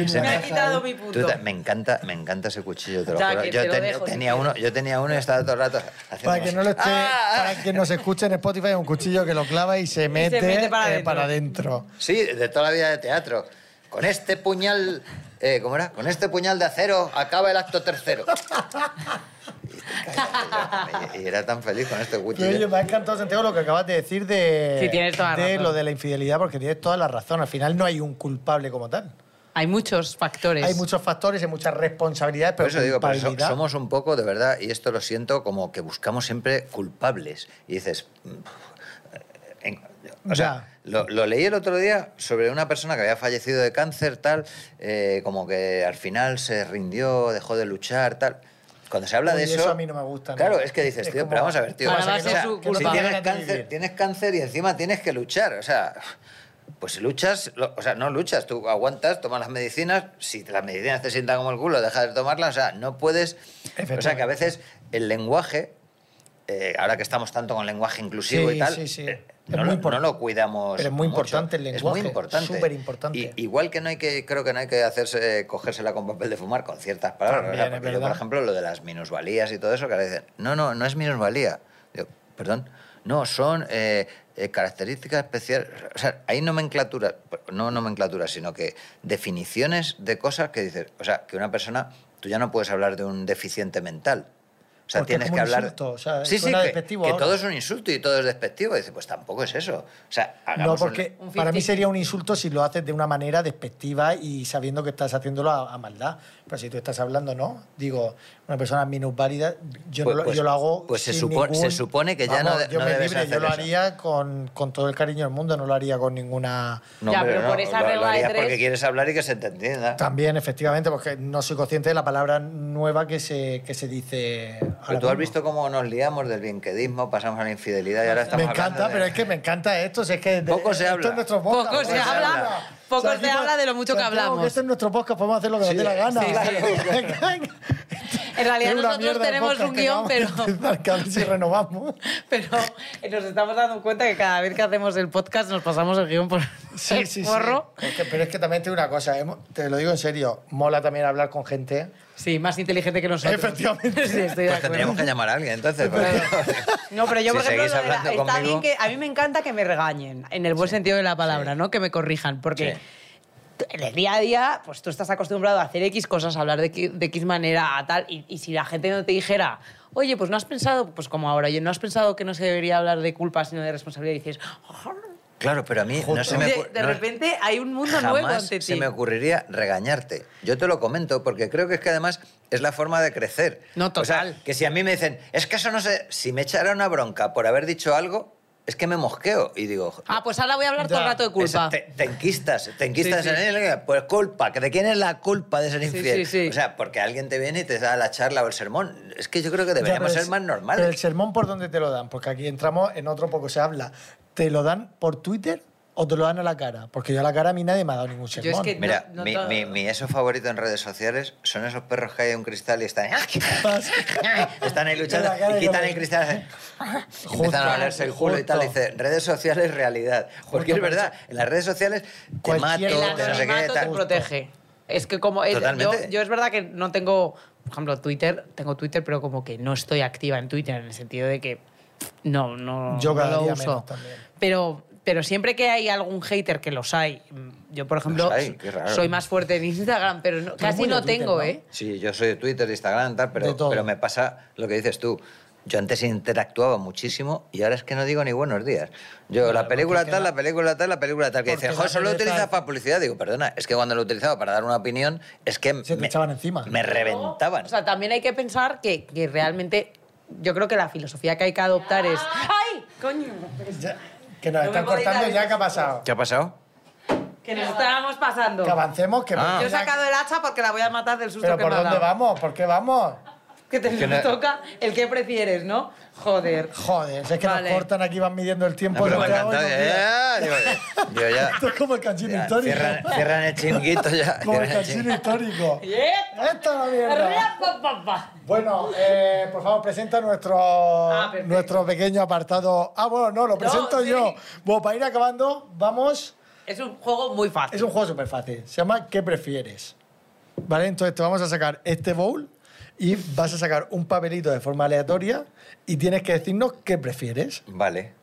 Speaker 4: Se
Speaker 3: Me
Speaker 4: me-
Speaker 3: ha quitado mi
Speaker 4: Tú
Speaker 3: punto.
Speaker 4: ta- me encanta, me encanta ese cuchillo, te lo
Speaker 3: Ya,
Speaker 4: juro.
Speaker 3: que
Speaker 4: Yo,
Speaker 3: te lo
Speaker 4: ten-
Speaker 3: dejo,
Speaker 4: tenía
Speaker 3: sí.
Speaker 4: uno, yo tenía uno y estaba todo el rato haciendo
Speaker 2: Para que
Speaker 4: así.
Speaker 2: no lo esté,
Speaker 4: ¡Ah!
Speaker 2: para que nos escuche en Spotify un cuchillo que lo clava y se mete,
Speaker 3: mete para
Speaker 2: eh,
Speaker 3: dentro.
Speaker 2: para adentro.
Speaker 4: Sí, de toda la vida de teatro. Con este puñal, eh, ¿cómo era? Con este puñal de acero acaba el acto tercero. Y, era tan feliz con este
Speaker 2: Pero oye,
Speaker 4: cuchillo.
Speaker 2: me ha encantado, Santiago, lo que acabas de decir de,
Speaker 3: Sí, tienes toda la
Speaker 2: de
Speaker 3: razón.
Speaker 2: lo de la infidelidad, porque tienes toda la razón. Al final no hay un culpable como tal.
Speaker 3: Hay muchos factores.
Speaker 2: Hay muchos factores, hay muchas responsabilidades,
Speaker 4: Por
Speaker 2: pero
Speaker 4: eso digo, por eso
Speaker 2: culpabilidad-
Speaker 4: somos un poco, de verdad, y esto lo siento, como que buscamos siempre culpables. Y dices... mm, en- o sea, lo, lo leí el otro día sobre una persona que había fallecido de cáncer, tal, eh, como que al final se rindió, dejó de luchar, tal. Cuando se habla
Speaker 2: Uy,
Speaker 4: de eso...
Speaker 2: eso a mí no me gusta, ¿no?
Speaker 4: Claro, es que dices,
Speaker 2: Es
Speaker 4: tío,
Speaker 2: como-
Speaker 4: pero vamos a ver, tío.
Speaker 3: Ahora va a
Speaker 4: o
Speaker 3: ser
Speaker 4: sea,
Speaker 3: su
Speaker 4: si
Speaker 3: culpa.
Speaker 4: tienes
Speaker 2: Ganas de vivir.
Speaker 4: cáncer, tienes cáncer y encima tienes que luchar, o sea... Pues si luchas, lo- o sea, no luchas, tú aguantas, tomas las medicinas, si las medicinas te sientan como el culo, dejas de tomarlas, o sea, no puedes... O sea, que a veces el lenguaje, eh, ahora que estamos tanto con lenguaje inclusivo
Speaker 2: Sí,
Speaker 4: y tal,
Speaker 2: sí, sí.
Speaker 4: eh,
Speaker 2: Es
Speaker 4: no,
Speaker 2: muy
Speaker 4: lo,
Speaker 2: import-
Speaker 4: no lo cuidamos.
Speaker 2: Pero es muy
Speaker 4: mucho.
Speaker 2: importante el
Speaker 4: Es
Speaker 2: lenguaje,
Speaker 4: muy importante.
Speaker 2: superimportante.
Speaker 4: Y- igual que no hay que, creo que no hay que hacerse, cogérsela con papel de fumar con ciertas palabras.
Speaker 2: También,
Speaker 4: o sea,
Speaker 2: es
Speaker 4: porque yo,
Speaker 2: verdad.
Speaker 4: por ejemplo, lo de las minusvalías y todo eso, que ahora dicen, no, no, no es minusvalía. Digo, perdón. No, son eh, eh, características especiales. O sea, hay nomenclaturas, no nomenclaturas, sino que definiciones de cosas que dices, o sea, que una persona, tú ya no puedes hablar de un deficiente mental. O sea,
Speaker 2: Porque es
Speaker 4: tienes
Speaker 2: como
Speaker 4: que
Speaker 2: un
Speaker 4: hablar.
Speaker 2: insulto, o sea,
Speaker 4: sí, sí,
Speaker 2: suena
Speaker 4: que,
Speaker 2: despectivo
Speaker 4: que
Speaker 2: ahora.
Speaker 4: todo es un insulto y todo es despectivo. Dice, pues tampoco es eso. O sea,
Speaker 2: No,
Speaker 4: hagamos un-
Speaker 2: porque
Speaker 3: un
Speaker 2: para mí
Speaker 3: 50-50.
Speaker 2: sería un insulto si lo haces de una manera despectiva y sabiendo que estás haciéndolo a, a maldad. Pero si tú estás hablando, no. Digo, una persona minusválida, yo,
Speaker 4: Pues-
Speaker 2: no lo,
Speaker 4: pues-
Speaker 2: yo lo hago.
Speaker 4: pues se
Speaker 2: sin
Speaker 4: supo- se
Speaker 2: ningún-
Speaker 4: supone que ya no de-
Speaker 2: yo
Speaker 4: no
Speaker 2: me
Speaker 4: debes
Speaker 2: libre,
Speaker 4: hacer
Speaker 2: Yo lo
Speaker 4: eso.
Speaker 2: haría con, con todo el cariño del mundo, no lo haría con ninguna.
Speaker 4: No,
Speaker 3: Ya,
Speaker 4: hombre,
Speaker 3: pero
Speaker 4: no,
Speaker 3: por esa
Speaker 4: lo- lo
Speaker 3: regla de
Speaker 4: harías
Speaker 3: tres-
Speaker 4: porque quieres hablar y que se te entienda.
Speaker 2: También, efectivamente, porque no soy consciente de la palabra nueva que se, que se dice. ahora
Speaker 4: Pero tú has
Speaker 2: mismo.
Speaker 4: visto cómo nos liamos del bienquedismo, pasamos a la infidelidad y ahora estamos
Speaker 2: Me encanta,
Speaker 4: hablando de-
Speaker 2: pero es que me encanta esto. si es que de-
Speaker 4: Poco se
Speaker 2: esto
Speaker 4: habla.
Speaker 2: es nuestro
Speaker 3: Poco
Speaker 2: podcast,
Speaker 3: se habla, poco se
Speaker 2: aquí
Speaker 3: habla de lo mucho que
Speaker 2: Santiago,
Speaker 3: hablamos.
Speaker 2: Este es nuestro podcast, podemos hacer lo que nos dé la gana.
Speaker 3: En realidad
Speaker 2: Es una
Speaker 3: nosotros
Speaker 2: mierda de
Speaker 3: tenemos
Speaker 2: podcast
Speaker 3: un
Speaker 2: que
Speaker 3: guión, pero,
Speaker 2: acabamos de empezar, que a ver si renovamos.
Speaker 3: pero nos estamos dando cuenta que cada vez que hacemos el podcast nos pasamos el guión por
Speaker 2: Sí,
Speaker 3: el
Speaker 2: sí, sí.
Speaker 3: forro.
Speaker 2: Es que- pero es que también te digo una cosa, hemos- te lo digo en serio, mola también hablar con gente.
Speaker 3: Sí, más inteligente que nosotros.
Speaker 2: Efectivamente.
Speaker 3: Sí, estoy de
Speaker 4: Pues
Speaker 3: acuerdo.
Speaker 4: tendríamos que llamar a alguien entonces. porque-
Speaker 3: No, pero yo,
Speaker 4: Si
Speaker 3: por ejemplo,
Speaker 4: seguís
Speaker 3: lo de la-
Speaker 4: hablando
Speaker 3: está bien
Speaker 4: conmigo-
Speaker 3: que. A mí me encanta que me regañen, en el buen sentido de la palabra, ¿no? Que me corrijan, porque.
Speaker 4: Sí.
Speaker 3: t- En el día a día, pues tú estás acostumbrado a hacer X cosas, a hablar de, qui- de X manera, a tal, y, y si la gente no te dijera, oye, pues no has pensado, pues como ahora, oye, no has pensado que no se debería hablar de culpa, sino de responsabilidad, y dices,
Speaker 4: Claro, pero a mí no se me
Speaker 3: de,
Speaker 4: ocur-
Speaker 3: de
Speaker 4: no-
Speaker 3: repente hay un mundo
Speaker 4: jamás
Speaker 3: nuevo ante ti.
Speaker 4: se me ocurriría regañarte. Yo te lo comento porque creo que es que además es la forma de crecer.
Speaker 3: No,
Speaker 4: O sea,
Speaker 3: total.
Speaker 4: que si a mí me dicen, es que eso no sé, si me echara una bronca por haber dicho algo, es que me mosqueo y digo...
Speaker 3: Ah, pues ahora voy a hablar todo el
Speaker 2: Ya,
Speaker 3: rato de culpa.
Speaker 4: Esa- Te, te enquistas, te enquistas
Speaker 3: Sí, sí.
Speaker 4: en él. Pues culpa, ¿que ¿de quién es la culpa de ser infiel?
Speaker 3: sí, sí.
Speaker 4: O sea, porque alguien te viene y te da la charla o el sermón. Es que yo creo que deberíamos
Speaker 2: Ya, pero
Speaker 4: ser
Speaker 2: el-
Speaker 4: más
Speaker 2: pero el
Speaker 4: normales.
Speaker 2: sermón, ¿por dónde te lo dan? Porque aquí entramos en otro poco se habla. ¿Te lo dan por Twitter o te lo dan a la cara? Porque yo a la cara a mí nadie me ha dado ningún
Speaker 3: Yo es
Speaker 2: sermón.
Speaker 3: que
Speaker 4: Mira,
Speaker 3: No, no
Speaker 4: mi,
Speaker 3: todo.
Speaker 4: mi- mi eso favorito en redes sociales son esos perros que hay en un cristal y están... ¡ah,
Speaker 2: Pasa.
Speaker 4: Están ahí luchando
Speaker 2: La cara
Speaker 4: y
Speaker 2: de
Speaker 4: quitan
Speaker 2: los-
Speaker 4: el cristal. hacen- y
Speaker 2: Justo,
Speaker 4: empiezan a olerse el culo y tal.
Speaker 2: justo.
Speaker 4: Dice, redes sociales, realidad. Porque
Speaker 2: Justo,
Speaker 4: es verdad, en las redes sociales te
Speaker 2: Cualquier
Speaker 4: mato, te
Speaker 2: cosa.
Speaker 4: no sé qué,
Speaker 3: anonimato te
Speaker 4: tal.
Speaker 3: protege. Es que como es- yo,
Speaker 4: Totalmente.
Speaker 3: yo es verdad que no tengo, por ejemplo, Twitter, tengo Twitter, pero como que no estoy activa en Twitter en el sentido de que no, no,
Speaker 2: Yo
Speaker 3: no
Speaker 2: cada
Speaker 3: lo
Speaker 2: día
Speaker 3: uso.
Speaker 2: menos también.
Speaker 3: Pero, pero siempre que hay algún hater que los hay, mm, yo por ejemplo
Speaker 4: Los hay, qué raro.
Speaker 3: soy más fuerte en Instagram, pero no- casi
Speaker 2: muy de
Speaker 3: no
Speaker 2: Twitter,
Speaker 3: tengo,
Speaker 2: ¿no?
Speaker 3: ¿eh?
Speaker 4: Sí, yo soy de Twitter, de Instagram, tal,
Speaker 2: De
Speaker 4: pero,
Speaker 2: todo.
Speaker 4: pero me pasa lo que dices tú. Yo antes interactuaba muchísimo y ahora es que no digo ni buenos días. Yo, la película
Speaker 2: porque
Speaker 4: tal,
Speaker 2: la-
Speaker 4: la película tal, la película tal, que
Speaker 2: Porque
Speaker 4: dicen,
Speaker 2: la
Speaker 4: jo, solo lo
Speaker 2: tele
Speaker 4: utilizas
Speaker 2: tal".
Speaker 4: para publicidad. Digo, perdona, es que cuando lo utilizaba para dar una opinión, es que
Speaker 2: Se te echaban encima.
Speaker 4: me reventaban.
Speaker 3: O sea, también hay que pensar que, que realmente yo creo que la filosofía que hay que adoptar es... ¡Ay! Coño,
Speaker 2: Ya, que nos
Speaker 3: No me
Speaker 2: están
Speaker 3: podéis
Speaker 2: cortando
Speaker 3: dar
Speaker 2: ya,
Speaker 3: esos
Speaker 2: ¿qué ha pasado?
Speaker 4: ¿Qué ha pasado?
Speaker 3: que nos estábamos pasando.
Speaker 2: Que avancemos, que...
Speaker 4: Ah.
Speaker 3: Yo he sacado el hacha porque la voy a matar del susto
Speaker 2: ¿Pero
Speaker 3: que
Speaker 2: por
Speaker 3: me ha
Speaker 2: dónde
Speaker 3: dado.
Speaker 2: vamos? ¿Por qué vamos?
Speaker 3: Que te
Speaker 4: que no-
Speaker 3: toca el que prefieres, ¿no? Joder.
Speaker 2: Joder, si es que
Speaker 3: Vale.
Speaker 2: nos cortan aquí, van midiendo el
Speaker 4: No,
Speaker 2: tiempo.
Speaker 4: Ah, pero
Speaker 2: Pues lo
Speaker 4: me
Speaker 2: que hago y
Speaker 4: encantó.
Speaker 2: nos
Speaker 4: Ya,
Speaker 2: miran.
Speaker 4: ya, digo, yo ya-
Speaker 2: Esto es como el canchino
Speaker 4: ya,
Speaker 2: histórico.
Speaker 4: Cierran, cierran el chinguito ya.
Speaker 2: Como el
Speaker 4: cierran el
Speaker 2: canchino histórico.
Speaker 3: ¡Eh!
Speaker 2: ¡Esta es la mierda!
Speaker 3: Ra, pa, pa, pa.
Speaker 2: Bueno, eh, por favor, presenta nuestro,
Speaker 3: Ah, perfecto.
Speaker 2: nuestro pequeño apartado. Ah, bueno, no, lo presento
Speaker 3: sí.
Speaker 2: yo. Bueno, para ir acabando, vamos.
Speaker 3: Es un juego muy fácil.
Speaker 2: Es un juego súper fácil. Se llama ¿Qué prefieres? ¿Vale? Entonces te vamos a sacar este bowl y vas a sacar un papelito de forma aleatoria y tienes que decirnos qué prefieres.
Speaker 4: Vale.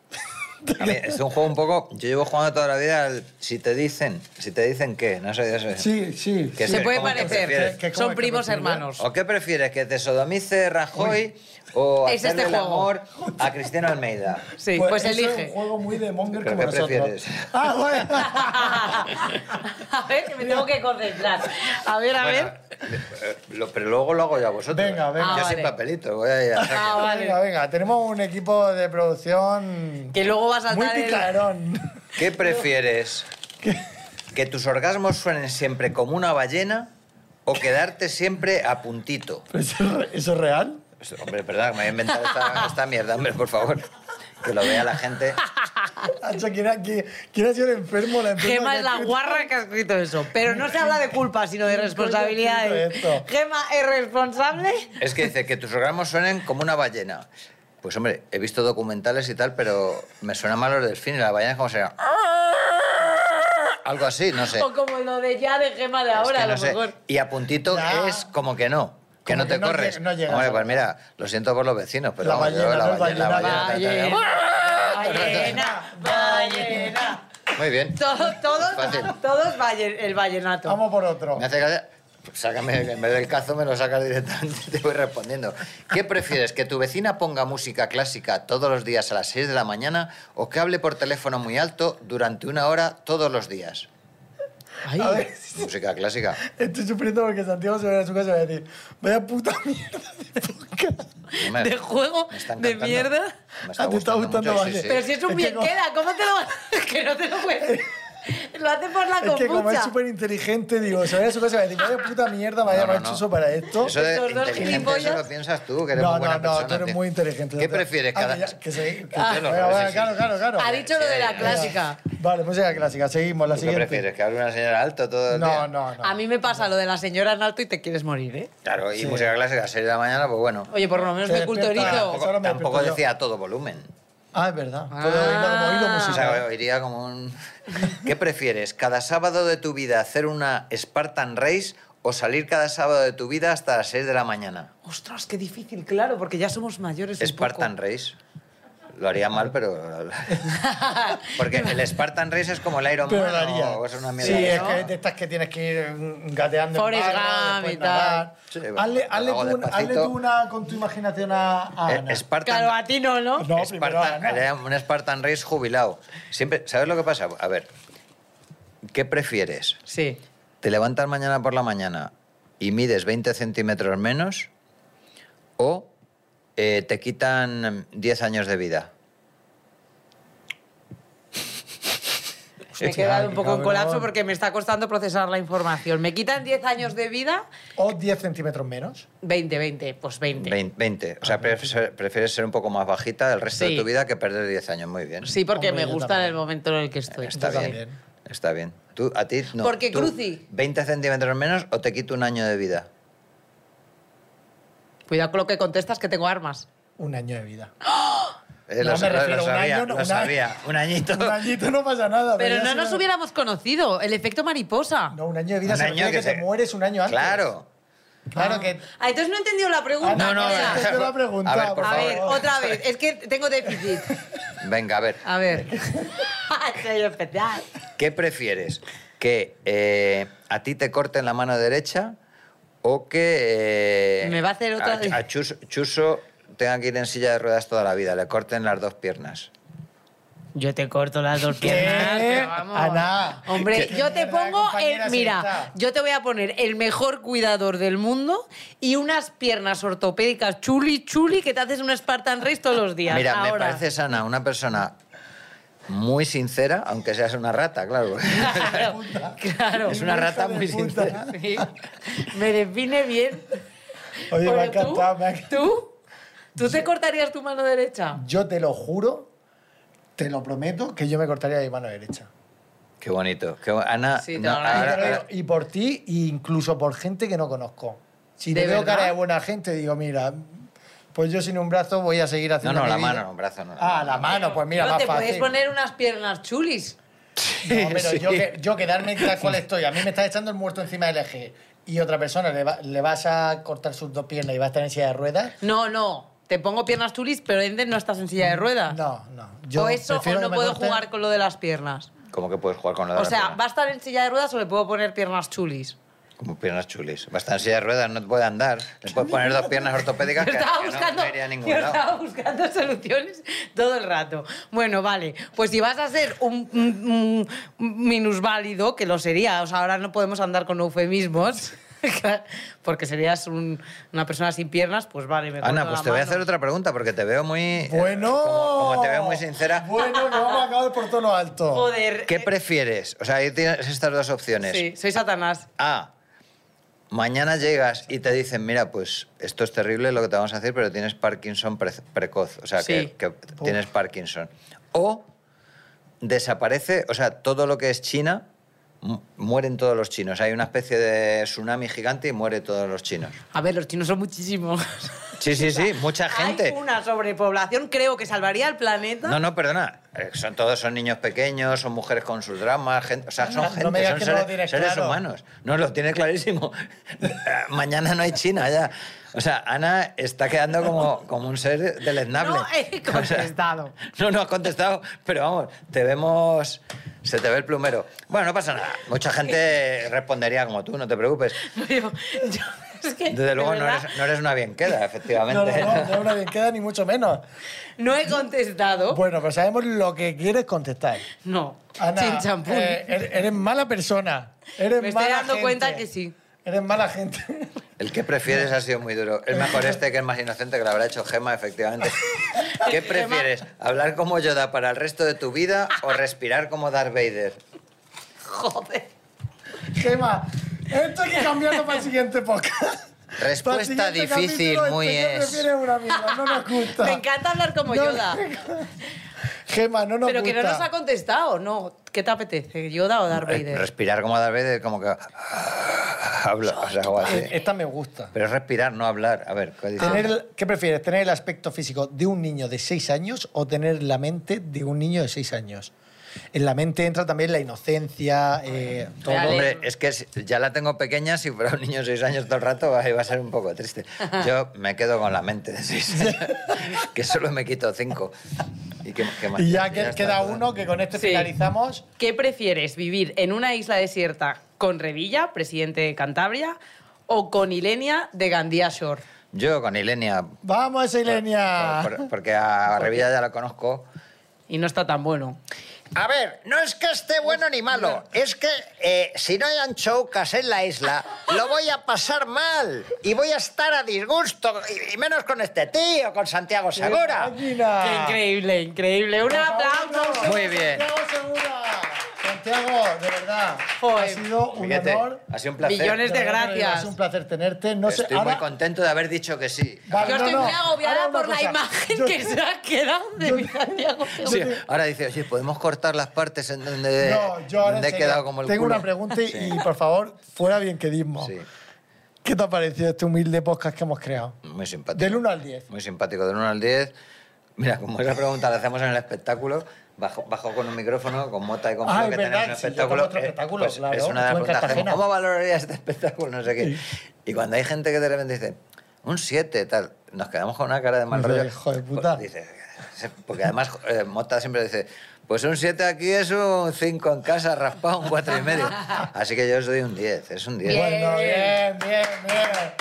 Speaker 4: A mí, es un juego un poco. Yo llevo jugando toda la vida al. Si te dicen. Si te dicen qué. No sé, yo sé.
Speaker 2: Sí, sí.
Speaker 4: Que
Speaker 2: sí.
Speaker 3: Se
Speaker 4: Sí,
Speaker 3: puede
Speaker 4: ¿cómo que
Speaker 3: parecer.
Speaker 4: prefieres?
Speaker 2: ¿Qué- cómo
Speaker 3: Son
Speaker 2: que
Speaker 3: primos
Speaker 2: prefieres?
Speaker 3: hermanos.
Speaker 4: ¿O qué prefieres? ¿Que te sodomice Rajoy o
Speaker 3: Es
Speaker 4: hacerle
Speaker 3: este
Speaker 4: el
Speaker 3: juego.
Speaker 4: amor a Cristina Almeida?
Speaker 3: Sí, pues,
Speaker 2: eso Es
Speaker 3: elige.
Speaker 2: un juego muy de monger
Speaker 4: ¿Pero
Speaker 2: como
Speaker 4: qué
Speaker 2: nosotros.
Speaker 4: prefieres?
Speaker 2: Ah, bueno.
Speaker 3: a ver, que me tengo que concentrar. A ver, a
Speaker 4: Bueno,
Speaker 3: ver.
Speaker 4: eh, lo- pero luego lo hago yo a vosotros.
Speaker 2: Venga, venga.
Speaker 4: Yo
Speaker 3: Ah,
Speaker 4: sin
Speaker 3: vale.
Speaker 4: papelito. Voy a ir a saco.
Speaker 3: Ah, vale.
Speaker 2: Venga, venga. Tenemos un equipo de producción
Speaker 3: Que luego vas a
Speaker 2: muy
Speaker 3: saltar el-
Speaker 2: picarón.
Speaker 4: ¿Qué prefieres? ¿Que tus orgasmos suenen siempre como una ballena o quedarte siempre a puntito?
Speaker 2: Pero ¿Eso, eso es real?
Speaker 4: Esto- Hombre, perdón, me he inventado esta, esta mierda, hombre, por favor. Que lo vea la gente.
Speaker 2: Hacho, ¿Quién ha, quién- quién ha sido el enfermo? La enferma
Speaker 3: Gema
Speaker 2: que
Speaker 3: es
Speaker 2: ha
Speaker 3: la
Speaker 2: escrito?
Speaker 3: guarra que ha escrito eso. Pero no se habla de culpa, sino de responsabilidades.
Speaker 2: escrito esto?
Speaker 3: Gema es responsable.
Speaker 4: Es que dice que tus orgasmos suenen como una ballena. Pues hombre, he visto documentales y tal, pero me suenan mal los delfines. La ballena es como sería... Algo así, no sé.
Speaker 3: O como lo de ya de Gema de
Speaker 4: Es que
Speaker 3: ahora, a
Speaker 4: no
Speaker 3: lo
Speaker 4: sé.
Speaker 3: mejor.
Speaker 4: Y a puntito
Speaker 2: Ya.
Speaker 4: es como que no. Que
Speaker 2: Como
Speaker 4: no
Speaker 2: que
Speaker 4: te
Speaker 2: no
Speaker 4: corres.
Speaker 2: lleg- no llegas
Speaker 4: Hombre,
Speaker 2: a-
Speaker 4: pues mira, lo siento por los vecinos, pero
Speaker 2: La
Speaker 4: vamos, yo
Speaker 2: ballena,
Speaker 4: la
Speaker 2: no es
Speaker 4: ballena, la
Speaker 3: Ah,
Speaker 2: ballena,
Speaker 4: ballena, tal,
Speaker 3: Ballena,
Speaker 4: tal.
Speaker 3: ballena, ballena.
Speaker 4: Muy bien.
Speaker 3: Todos, todos,
Speaker 4: Fácil.
Speaker 3: todos valle- el vallenato.
Speaker 2: Vamos por otro.
Speaker 4: Me hace gracia. pues Sácame, en vez del cazo me lo sacas directamente, te voy respondiendo. ¿Qué prefieres, que tu vecina ponga música clásica todos los días a las 6 de la mañana o que hable por teléfono muy alto durante una hora todos los días?
Speaker 3: Ay,
Speaker 2: A ver,
Speaker 4: Música clásica.
Speaker 2: estoy sufriendo porque Santiago se va a su casa y va a decir, vaya puta mierda de podcast.
Speaker 4: Me-
Speaker 3: de juego,
Speaker 4: me está
Speaker 3: de
Speaker 4: encantando.
Speaker 3: mierda.
Speaker 4: Me
Speaker 2: Ah, te está gustando
Speaker 4: mucho,
Speaker 2: más,
Speaker 4: sí,
Speaker 2: eh.
Speaker 4: sí.
Speaker 3: Pero si es
Speaker 2: Es
Speaker 3: un
Speaker 2: que
Speaker 3: bien
Speaker 2: como-
Speaker 3: queda, ¿cómo te lo vas a- Que no te lo puedes. Lo hace por la
Speaker 2: Es que como es
Speaker 3: kombucha.
Speaker 2: súper inteligente, digo, se va a su casa y va a decir, vaya puta mierda,
Speaker 4: No,
Speaker 2: vaya
Speaker 4: no, no.
Speaker 2: machuso para esto.
Speaker 4: Eso de
Speaker 3: Estos dos
Speaker 4: inteligente, eso
Speaker 3: gilipollas.
Speaker 4: lo piensas tú, que eres
Speaker 2: No,
Speaker 4: muy buena
Speaker 2: no, no,
Speaker 4: persona,
Speaker 2: tú eres
Speaker 4: tío.
Speaker 2: muy inteligente.
Speaker 4: ¿Qué prefieres
Speaker 2: Ah,
Speaker 4: cada...?
Speaker 2: que ya- que se- que-
Speaker 4: Ah.
Speaker 2: Venga,
Speaker 4: Claro,
Speaker 2: bueno,
Speaker 4: sí, sí.
Speaker 2: claro, claro, claro.
Speaker 3: Ha dicho lo de la
Speaker 4: Sí,
Speaker 3: clásica.
Speaker 2: Vale, música clásica, seguimos, la
Speaker 4: ¿Tú qué
Speaker 2: siguiente.
Speaker 4: prefieres, que hable una señora alto todo el
Speaker 2: No,
Speaker 4: día?
Speaker 2: no, no.
Speaker 3: A mí me pasa lo de la señora en alto y te quieres morir, ¿eh?
Speaker 4: Claro, y
Speaker 2: Sí.
Speaker 4: música clásica a las 6 de la mañana, pues bueno.
Speaker 3: Oye, por lo menos
Speaker 2: Se
Speaker 3: me
Speaker 2: despierta.
Speaker 3: cultorizo.
Speaker 2: Bueno,
Speaker 4: Tampoco,
Speaker 2: solo me
Speaker 4: tampoco
Speaker 2: despierto yo.
Speaker 4: decía a todo volumen.
Speaker 2: Ah, es verdad.
Speaker 3: Ah.
Speaker 2: Puedo oírlo como hilo
Speaker 4: O
Speaker 2: musical.
Speaker 4: sea, iría como un... ¿Qué prefieres, cada sábado de tu vida hacer una Spartan Race o salir cada sábado de tu vida hasta las 6 de la mañana?
Speaker 3: Ostras, qué difícil, claro, porque ya somos
Speaker 2: Pues
Speaker 3: mayores. un
Speaker 4: Spartan
Speaker 3: poco.
Speaker 4: Race. Lo haría mal, pero... Porque el Spartan Race es como el Iron
Speaker 2: Pero
Speaker 4: Man
Speaker 2: lo haría.
Speaker 4: o es una
Speaker 2: sí,
Speaker 4: mierda. Eh,
Speaker 2: es
Speaker 4: ¿no?
Speaker 2: que de estas que tienes que ir mm, gateando. en
Speaker 3: Forrest
Speaker 2: barro,
Speaker 3: Gump y
Speaker 2: después nadar.
Speaker 4: tal. Sí,
Speaker 2: hazle,
Speaker 4: bueno,
Speaker 2: hazle,
Speaker 4: lo hago
Speaker 2: tú, una- hazle
Speaker 4: despacito.
Speaker 2: tú una con tu imaginación a, a
Speaker 4: Eh,
Speaker 2: Ana.
Speaker 4: Spartan,
Speaker 3: Claro, a ti no, ¿no?
Speaker 2: ah, No, primero a
Speaker 4: Spartan-
Speaker 2: Ana.
Speaker 4: era un Spartan Race jubilado. Siempre, ¿Sabes lo que pasa? A ver, ¿qué prefieres?
Speaker 3: Sí.
Speaker 4: ¿Te levantas mañana por la mañana y mides 20 centímetros menos o eh, te quitan 10 años de vida?
Speaker 3: Me he
Speaker 2: Hostia,
Speaker 3: quedado un
Speaker 2: qué
Speaker 3: poco en
Speaker 2: cabrón.
Speaker 3: colapso porque me está costando procesar la información. Me quitan 10 años de vida,
Speaker 2: O 10 centímetros menos.
Speaker 3: 20, 20, pues 20.
Speaker 4: 20. O
Speaker 2: Ah.
Speaker 4: sea, prefe- prefieres ser un poco más bajita el resto de
Speaker 3: Sí.
Speaker 4: tu vida que perder 10 años. Muy bien.
Speaker 3: Sí, porque
Speaker 2: Hombre,
Speaker 3: me
Speaker 2: yo
Speaker 3: gusta
Speaker 2: también.
Speaker 3: el momento en el que estoy.
Speaker 4: Está
Speaker 2: Yo
Speaker 4: bien.
Speaker 2: también.
Speaker 4: Está bien. Tú, a ti no.
Speaker 3: Porque,
Speaker 4: Tú,
Speaker 3: Cruci-
Speaker 4: 20 centímetros menos o te quito un año de vida.
Speaker 3: Cuidado con lo que contestas, que tengo armas.
Speaker 2: Un año de vida.
Speaker 4: Eh,
Speaker 2: No,
Speaker 4: lo,
Speaker 2: me
Speaker 4: sa- lo
Speaker 2: refiero, un
Speaker 4: sabía,
Speaker 2: año no,
Speaker 4: lo
Speaker 2: un
Speaker 4: sabía.
Speaker 2: año.
Speaker 4: Un añito.
Speaker 2: Un añito no pasa nada.
Speaker 3: Pero
Speaker 2: ya
Speaker 3: no
Speaker 2: se
Speaker 3: nos
Speaker 2: va-
Speaker 3: hubiéramos conocido. El efecto mariposa.
Speaker 2: No, un año de vida
Speaker 4: Un
Speaker 2: se
Speaker 4: año
Speaker 2: refiere
Speaker 4: que
Speaker 2: que,
Speaker 4: se-
Speaker 2: te mueres un año antes.
Speaker 4: Claro.
Speaker 2: Claro que...
Speaker 3: Ah, entonces no he entendido la pregunta.
Speaker 2: No, eh, no,
Speaker 3: Clara.
Speaker 2: es que te lo he preguntado.
Speaker 4: A ver, por
Speaker 3: A ver,
Speaker 4: favor.
Speaker 3: otra vez. Es que tengo déficit.
Speaker 4: Venga, a ver.
Speaker 3: A ver. Soy especial.
Speaker 4: ¿Qué prefieres? ¿Que eh, a ti te corten la mano derecha o que... eh,
Speaker 3: Me va a hacer otra vez.
Speaker 4: A, a Chus- Chuso tenga que ir en silla de ruedas toda la vida, le corten las dos piernas.
Speaker 3: Yo te corto las dos
Speaker 2: ¿Qué?
Speaker 3: piernas. pero vamos.
Speaker 2: Ana.
Speaker 3: Hombre,
Speaker 2: ¿Qué?
Speaker 3: yo te
Speaker 2: Mierda,
Speaker 3: pongo
Speaker 2: compañera,
Speaker 3: el.
Speaker 2: sí
Speaker 3: Mira,
Speaker 2: está.
Speaker 3: yo te voy a poner el mejor cuidador del mundo y unas piernas ortopédicas chuli chuli que te haces un Spartan Race todos los días.
Speaker 4: Mira, me
Speaker 3: Ahora.
Speaker 4: parece sana una persona muy sincera, aunque seas una rata, claro.
Speaker 3: Claro, claro.
Speaker 4: es una
Speaker 2: Hija
Speaker 4: rata
Speaker 2: de
Speaker 4: muy
Speaker 2: puta.
Speaker 4: sincera.
Speaker 3: Sí. Me define bien.
Speaker 2: Oye, me ha
Speaker 3: Pero tú,
Speaker 2: encantado. me ha-
Speaker 3: ¿Tú? ¿Tú te cortarías tu mano derecha?
Speaker 2: Yo te lo juro, te lo prometo, que yo me cortaría mi mano derecha.
Speaker 4: Qué bonito. Qué bo- Ana,
Speaker 3: Sí, te
Speaker 4: no,
Speaker 3: lo agradezco.
Speaker 2: Y te
Speaker 4: ahora-
Speaker 2: lo digo,
Speaker 4: ahora-
Speaker 2: y por ti, e incluso por gente que no conozco. Si
Speaker 3: ¿De
Speaker 2: te veo
Speaker 3: verdad?
Speaker 2: cara de buena gente, digo, mira, pues yo sin un brazo voy a seguir
Speaker 4: no,
Speaker 2: haciendo.
Speaker 4: no,
Speaker 2: mi
Speaker 4: la
Speaker 2: vida.
Speaker 4: mano, no, un brazo no.
Speaker 2: Ah, la mano, pues mira,
Speaker 3: no,
Speaker 2: más
Speaker 3: te
Speaker 2: fácil.
Speaker 3: puedes poner unas piernas chulis.
Speaker 2: No, pero yo, que- yo quedarme tal cual estoy. A mí me estás echando el muerto encima del eje. Y otra persona le, va- le vas a cortar sus dos piernas y va a estar en silla de ruedas.
Speaker 3: No, no. Te pongo piernas chulis, pero Ender no estás en silla de ruedas.
Speaker 2: No, no. Yo
Speaker 3: o eso, o
Speaker 2: prefiero
Speaker 3: no
Speaker 2: que me
Speaker 3: puedo
Speaker 2: corten-
Speaker 3: jugar con lo de las piernas.
Speaker 4: Como que puedes jugar con la de
Speaker 3: O
Speaker 4: la
Speaker 3: sea,
Speaker 4: pierna.
Speaker 3: ¿va a estar en silla de ruedas o le puedo poner piernas chulis?
Speaker 4: Como piernas chulis. Basta en silla de ruedas, no te puede andar. Le puedes poner dos piernas ortopédicas
Speaker 3: Yo
Speaker 4: que,
Speaker 3: estaba,
Speaker 4: que no-
Speaker 3: buscando,
Speaker 4: no iría a ningún
Speaker 3: yo
Speaker 4: lado.
Speaker 3: estaba buscando soluciones todo el rato. Bueno, vale. Pues si vas a ser un, un- un minusválido, que lo sería, o sea, ahora no podemos andar con eufemismos, porque serías un- una persona sin piernas, pues vale, me
Speaker 4: Ana,
Speaker 3: corto
Speaker 4: pues
Speaker 3: la
Speaker 4: te voy a
Speaker 3: mano.
Speaker 4: hacer otra pregunta porque te veo muy... eh,
Speaker 2: Bueno.
Speaker 4: Como, como te veo muy sincera.
Speaker 2: Bueno, que vamos a acabar por tono alto.
Speaker 3: Joder.
Speaker 4: ¿Qué
Speaker 3: eh,
Speaker 4: prefieres? O sea, ahí tienes estas dos opciones.
Speaker 3: Sí, soy Satanás.
Speaker 4: A, mañana llegas y te dicen, mira, pues esto es terrible lo que te vamos a hacer, pero tienes Parkinson pre- precoz. O sea,
Speaker 3: Sí.
Speaker 4: que, que tienes Parkinson. O desaparece, o sea, todo lo que es China, mu- mueren todos los chinos. Hay una especie de tsunami gigante y muere todos los chinos.
Speaker 3: A ver, los chinos son muchísimos.
Speaker 4: Sí, sí, sí, mucha gente.
Speaker 3: Hay una sobrepoblación, creo que salvaría al planeta.
Speaker 4: No, no, perdona. Eh, Son todos son niños pequeños, son mujeres con sus dramas, gente, o sea, son
Speaker 2: No, no
Speaker 4: gente,
Speaker 2: me digas
Speaker 4: son
Speaker 2: que no
Speaker 4: seres,
Speaker 2: lo tienes
Speaker 4: seres
Speaker 2: claro.
Speaker 4: humanos. No lo tiene clarísimo. Eh, Mañana no hay China ya. O sea, Ana está quedando como, como un ser deleznable.
Speaker 2: eh,
Speaker 3: No he
Speaker 4: O sea,
Speaker 3: contestado.
Speaker 4: no, no has contestado, pero vamos, te vemos Se te ve el plumero. Bueno, no pasa nada. Mucha gente respondería como tú, no te preocupes.
Speaker 3: Pero yo- es que,
Speaker 4: Desde
Speaker 3: de
Speaker 4: luego no
Speaker 3: verdad,
Speaker 4: eres, no eres una bien queda, efectivamente.
Speaker 2: No, no, no, no, no, queda ni mucho menos.
Speaker 3: no he contestado.
Speaker 2: Bueno, pero sabemos lo que quieres contestar.
Speaker 3: No,
Speaker 2: Ana,
Speaker 3: sin champú.
Speaker 2: eh, er- eres mala persona. Eres
Speaker 3: Me estoy
Speaker 2: mala
Speaker 3: dando
Speaker 2: gente.
Speaker 3: cuenta que sí.
Speaker 2: Eres mala gente.
Speaker 4: El que prefieres ha sido muy duro. El mejor este, que es más inocente, que lo habrá hecho Gema, efectivamente. ¿Qué prefieres? ¿Hablar como Yoda para el resto de tu vida o respirar como Darth Vader?
Speaker 3: Joder.
Speaker 2: Gema, esto hay que cambiarlo para el siguiente podcast. Para el
Speaker 4: Respuesta
Speaker 2: siguiente
Speaker 4: difícil,
Speaker 2: capítulo,
Speaker 4: muy
Speaker 2: este ya
Speaker 4: es.
Speaker 2: prefiere un amigo, no nos gusta.
Speaker 3: Me encanta hablar como
Speaker 2: No,
Speaker 3: Yoda.
Speaker 2: Gema, no nos
Speaker 3: Pero que
Speaker 2: gusta.
Speaker 3: no nos ha contestado, ¿no? ¿Qué te apetece, Yoda o
Speaker 2: Eh,
Speaker 3: Darth
Speaker 4: Re-
Speaker 3: Vader?
Speaker 4: Eh, Respirar como Darth Vader, como que. ah, Hablo, o sea, algo así.
Speaker 2: Eh, Esta me gusta.
Speaker 4: Pero es respirar, no hablar. A ver, ¿qué dice?
Speaker 2: Tener el- ¿Qué prefieres, tener el aspecto físico de un niño de 6 años o tener la mente de un niño de 6 años? En la mente entra también la inocencia, eh, todo.
Speaker 3: Real, Dale.
Speaker 4: Hombre, es que si- ya la tengo pequeña, si fuera un niño de 6 años todo el rato, ahí va a ser un poco triste. Yo me quedo con la mente de 6 años, que solo me quito 5. Y, que- que más-
Speaker 2: Y ya,
Speaker 4: ya
Speaker 2: que-
Speaker 4: está,
Speaker 2: queda
Speaker 4: todo.
Speaker 2: uno que con este
Speaker 3: Sí.
Speaker 2: finalizamos.
Speaker 3: ¿Qué prefieres, vivir en una isla desierta con Revilla, presidente de Cantabria, o con Ilenia de Gandía Shore?
Speaker 4: Yo con Ilenia,
Speaker 2: ¡Vamos, Ilenia!
Speaker 4: por- por- porque a Revilla ya la conozco.
Speaker 3: Y no está tan bueno.
Speaker 4: A ver, no es que esté bueno ni malo, es que eh, si no hay anchoucas en la isla, lo voy a pasar mal y voy a estar a disgusto, y, y menos con este tío, con Santiago Segura.
Speaker 2: ¡Máquina!
Speaker 3: Qué increíble, increíble. Un aplauso.
Speaker 4: Muy bien.
Speaker 2: Santiago Segura. Santiago, de verdad, ha
Speaker 3: Joder.
Speaker 2: sido un
Speaker 4: Fíjate,
Speaker 2: honor.
Speaker 4: ha sido un placer.
Speaker 3: Billones de
Speaker 2: verdad,
Speaker 3: gracias.
Speaker 2: verdad, Es un placer tenerte. No sé,
Speaker 4: Estoy
Speaker 2: ahora-
Speaker 4: muy contento de haber dicho que sí.
Speaker 2: Vale,
Speaker 3: Yo
Speaker 2: no,
Speaker 3: estoy
Speaker 2: no.
Speaker 3: muy
Speaker 2: Ahora
Speaker 3: agobiada
Speaker 2: una
Speaker 3: por la
Speaker 2: cosa.
Speaker 3: imagen
Speaker 2: Yo-
Speaker 3: que se ha quedado de mi Santiago.
Speaker 4: Sí, Ahora dice, oye, ¿podemos cortar las partes en donde,
Speaker 2: No, yo ahora
Speaker 4: donde he
Speaker 2: en serio,
Speaker 4: quedado como el
Speaker 2: tengo
Speaker 4: culo?
Speaker 2: una pregunta y,
Speaker 4: Sí.
Speaker 2: y, por favor, fuera bienquedismo.
Speaker 4: Sí,
Speaker 2: ¿Qué te ha parecido este humilde podcast que hemos creado?
Speaker 4: muy simpático.
Speaker 2: Del 1 al 10.
Speaker 4: Muy simpático, del 1 al 10. Mira, como esa pregunta la hacemos en el espectáculo, bajo, bajo con un micrófono, con mota y con
Speaker 2: Ah,
Speaker 4: frío
Speaker 2: es
Speaker 4: que
Speaker 2: verdad,
Speaker 4: tenemos en el
Speaker 2: sí, yo
Speaker 4: espectáculo.
Speaker 2: tengo otro espectáculo,
Speaker 4: pues,
Speaker 2: claro,
Speaker 4: Es una de
Speaker 2: tú
Speaker 4: las
Speaker 2: en
Speaker 4: preguntas que hacemos.
Speaker 2: Cartagena.
Speaker 4: ¿Cómo valorarías este espectáculo? No sé qué. Y cuando hay gente que de repente dice, un 7, tal, nos quedamos con una cara de mal
Speaker 2: Hombre,
Speaker 4: rollo.
Speaker 2: hijo de
Speaker 4: Pues,
Speaker 2: puta.
Speaker 4: dice, porque además eh, Mota siempre dice, pues un 7 aquí es un 5 en casa, raspado, un 4 y medio. Así que yo os doy un 10, es un 10.
Speaker 3: Bien.
Speaker 2: Bueno, bien, bien, bien.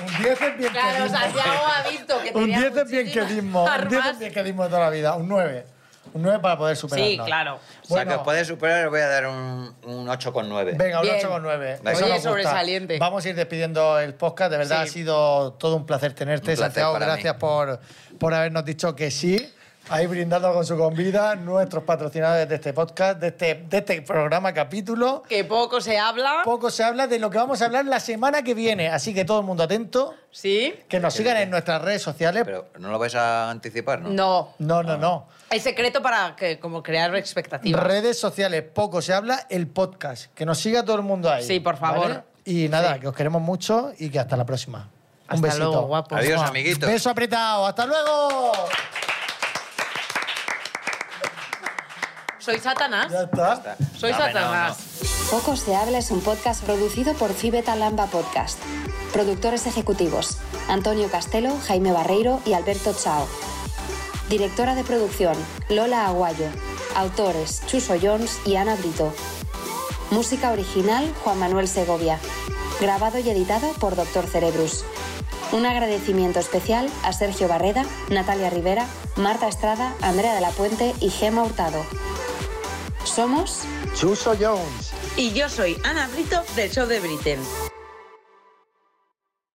Speaker 2: Un 10 es bienquedismo.
Speaker 3: Claro, Santiago ha visto que
Speaker 2: Un
Speaker 3: tenía
Speaker 2: 10 es
Speaker 3: muchísimas
Speaker 2: bienquedismo. Un 10 es
Speaker 3: armas.
Speaker 2: bienquedismo de toda la vida. Un 9. Un 9 para poder superarlo.
Speaker 3: Sí, claro.
Speaker 4: o sea, que os podéis superar, os voy a dar un, un 8,9.
Speaker 2: Venga, un
Speaker 3: Bien.
Speaker 2: 8 con 9.
Speaker 4: Venga.
Speaker 3: Oye, sobresaliente.
Speaker 2: Vamos a ir despidiendo el podcast. De verdad,
Speaker 3: Sí.
Speaker 2: ha sido todo un placer tenerte,
Speaker 4: Un placer
Speaker 2: Santiago.
Speaker 4: para
Speaker 2: Gracias
Speaker 4: mí.
Speaker 2: por, por habernos dicho que sí. Ahí brindando con su convida, nuestros patrocinadores de este podcast, de este, de este programa, capítulo.
Speaker 3: Que poco se habla.
Speaker 2: Poco se habla de lo que vamos a hablar la semana que viene. Así que todo el mundo atento,
Speaker 3: ¿Sí?
Speaker 2: que nos sigan en nuestras redes sociales.
Speaker 4: Pero no lo vais a anticipar, ¿no?
Speaker 3: No.
Speaker 2: No, no, no.
Speaker 3: Hay secreto para que, como crear expectativas.
Speaker 2: Redes sociales, poco se habla, el podcast. Que nos siga todo el mundo ahí.
Speaker 3: Sí, por favor.
Speaker 2: Y nada, que os queremos mucho y que hasta la próxima. Un
Speaker 3: Hasta
Speaker 2: besito.
Speaker 3: luego, guapos.
Speaker 4: Adiós, amiguitos.
Speaker 2: Beso apretado. ¡Hasta luego!
Speaker 3: Soy Satanás.
Speaker 2: Ya está.
Speaker 3: Soy
Speaker 4: No, hombre, no,
Speaker 3: Satanás.
Speaker 4: no.
Speaker 5: Poco se habla es un podcast producido por Fibeta Lamba Podcast. Productores ejecutivos: Antonio Castelo, Jaime Barreiro y Alberto Chao. Directora de producción: Lola Aguayo. Autores: Chuso Jones y Ana Brito. Música original: Juan Manuel Segovia. Grabado y editado por Doctor Cerebrus. Un agradecimiento especial a Sergio Barreda, Natalia Rivera, Marta Estrada, Andrea de la Puente y Gema Hurtado. Somos
Speaker 2: Chuso Jones.
Speaker 6: Y yo soy Ana Brito del Show de Britain.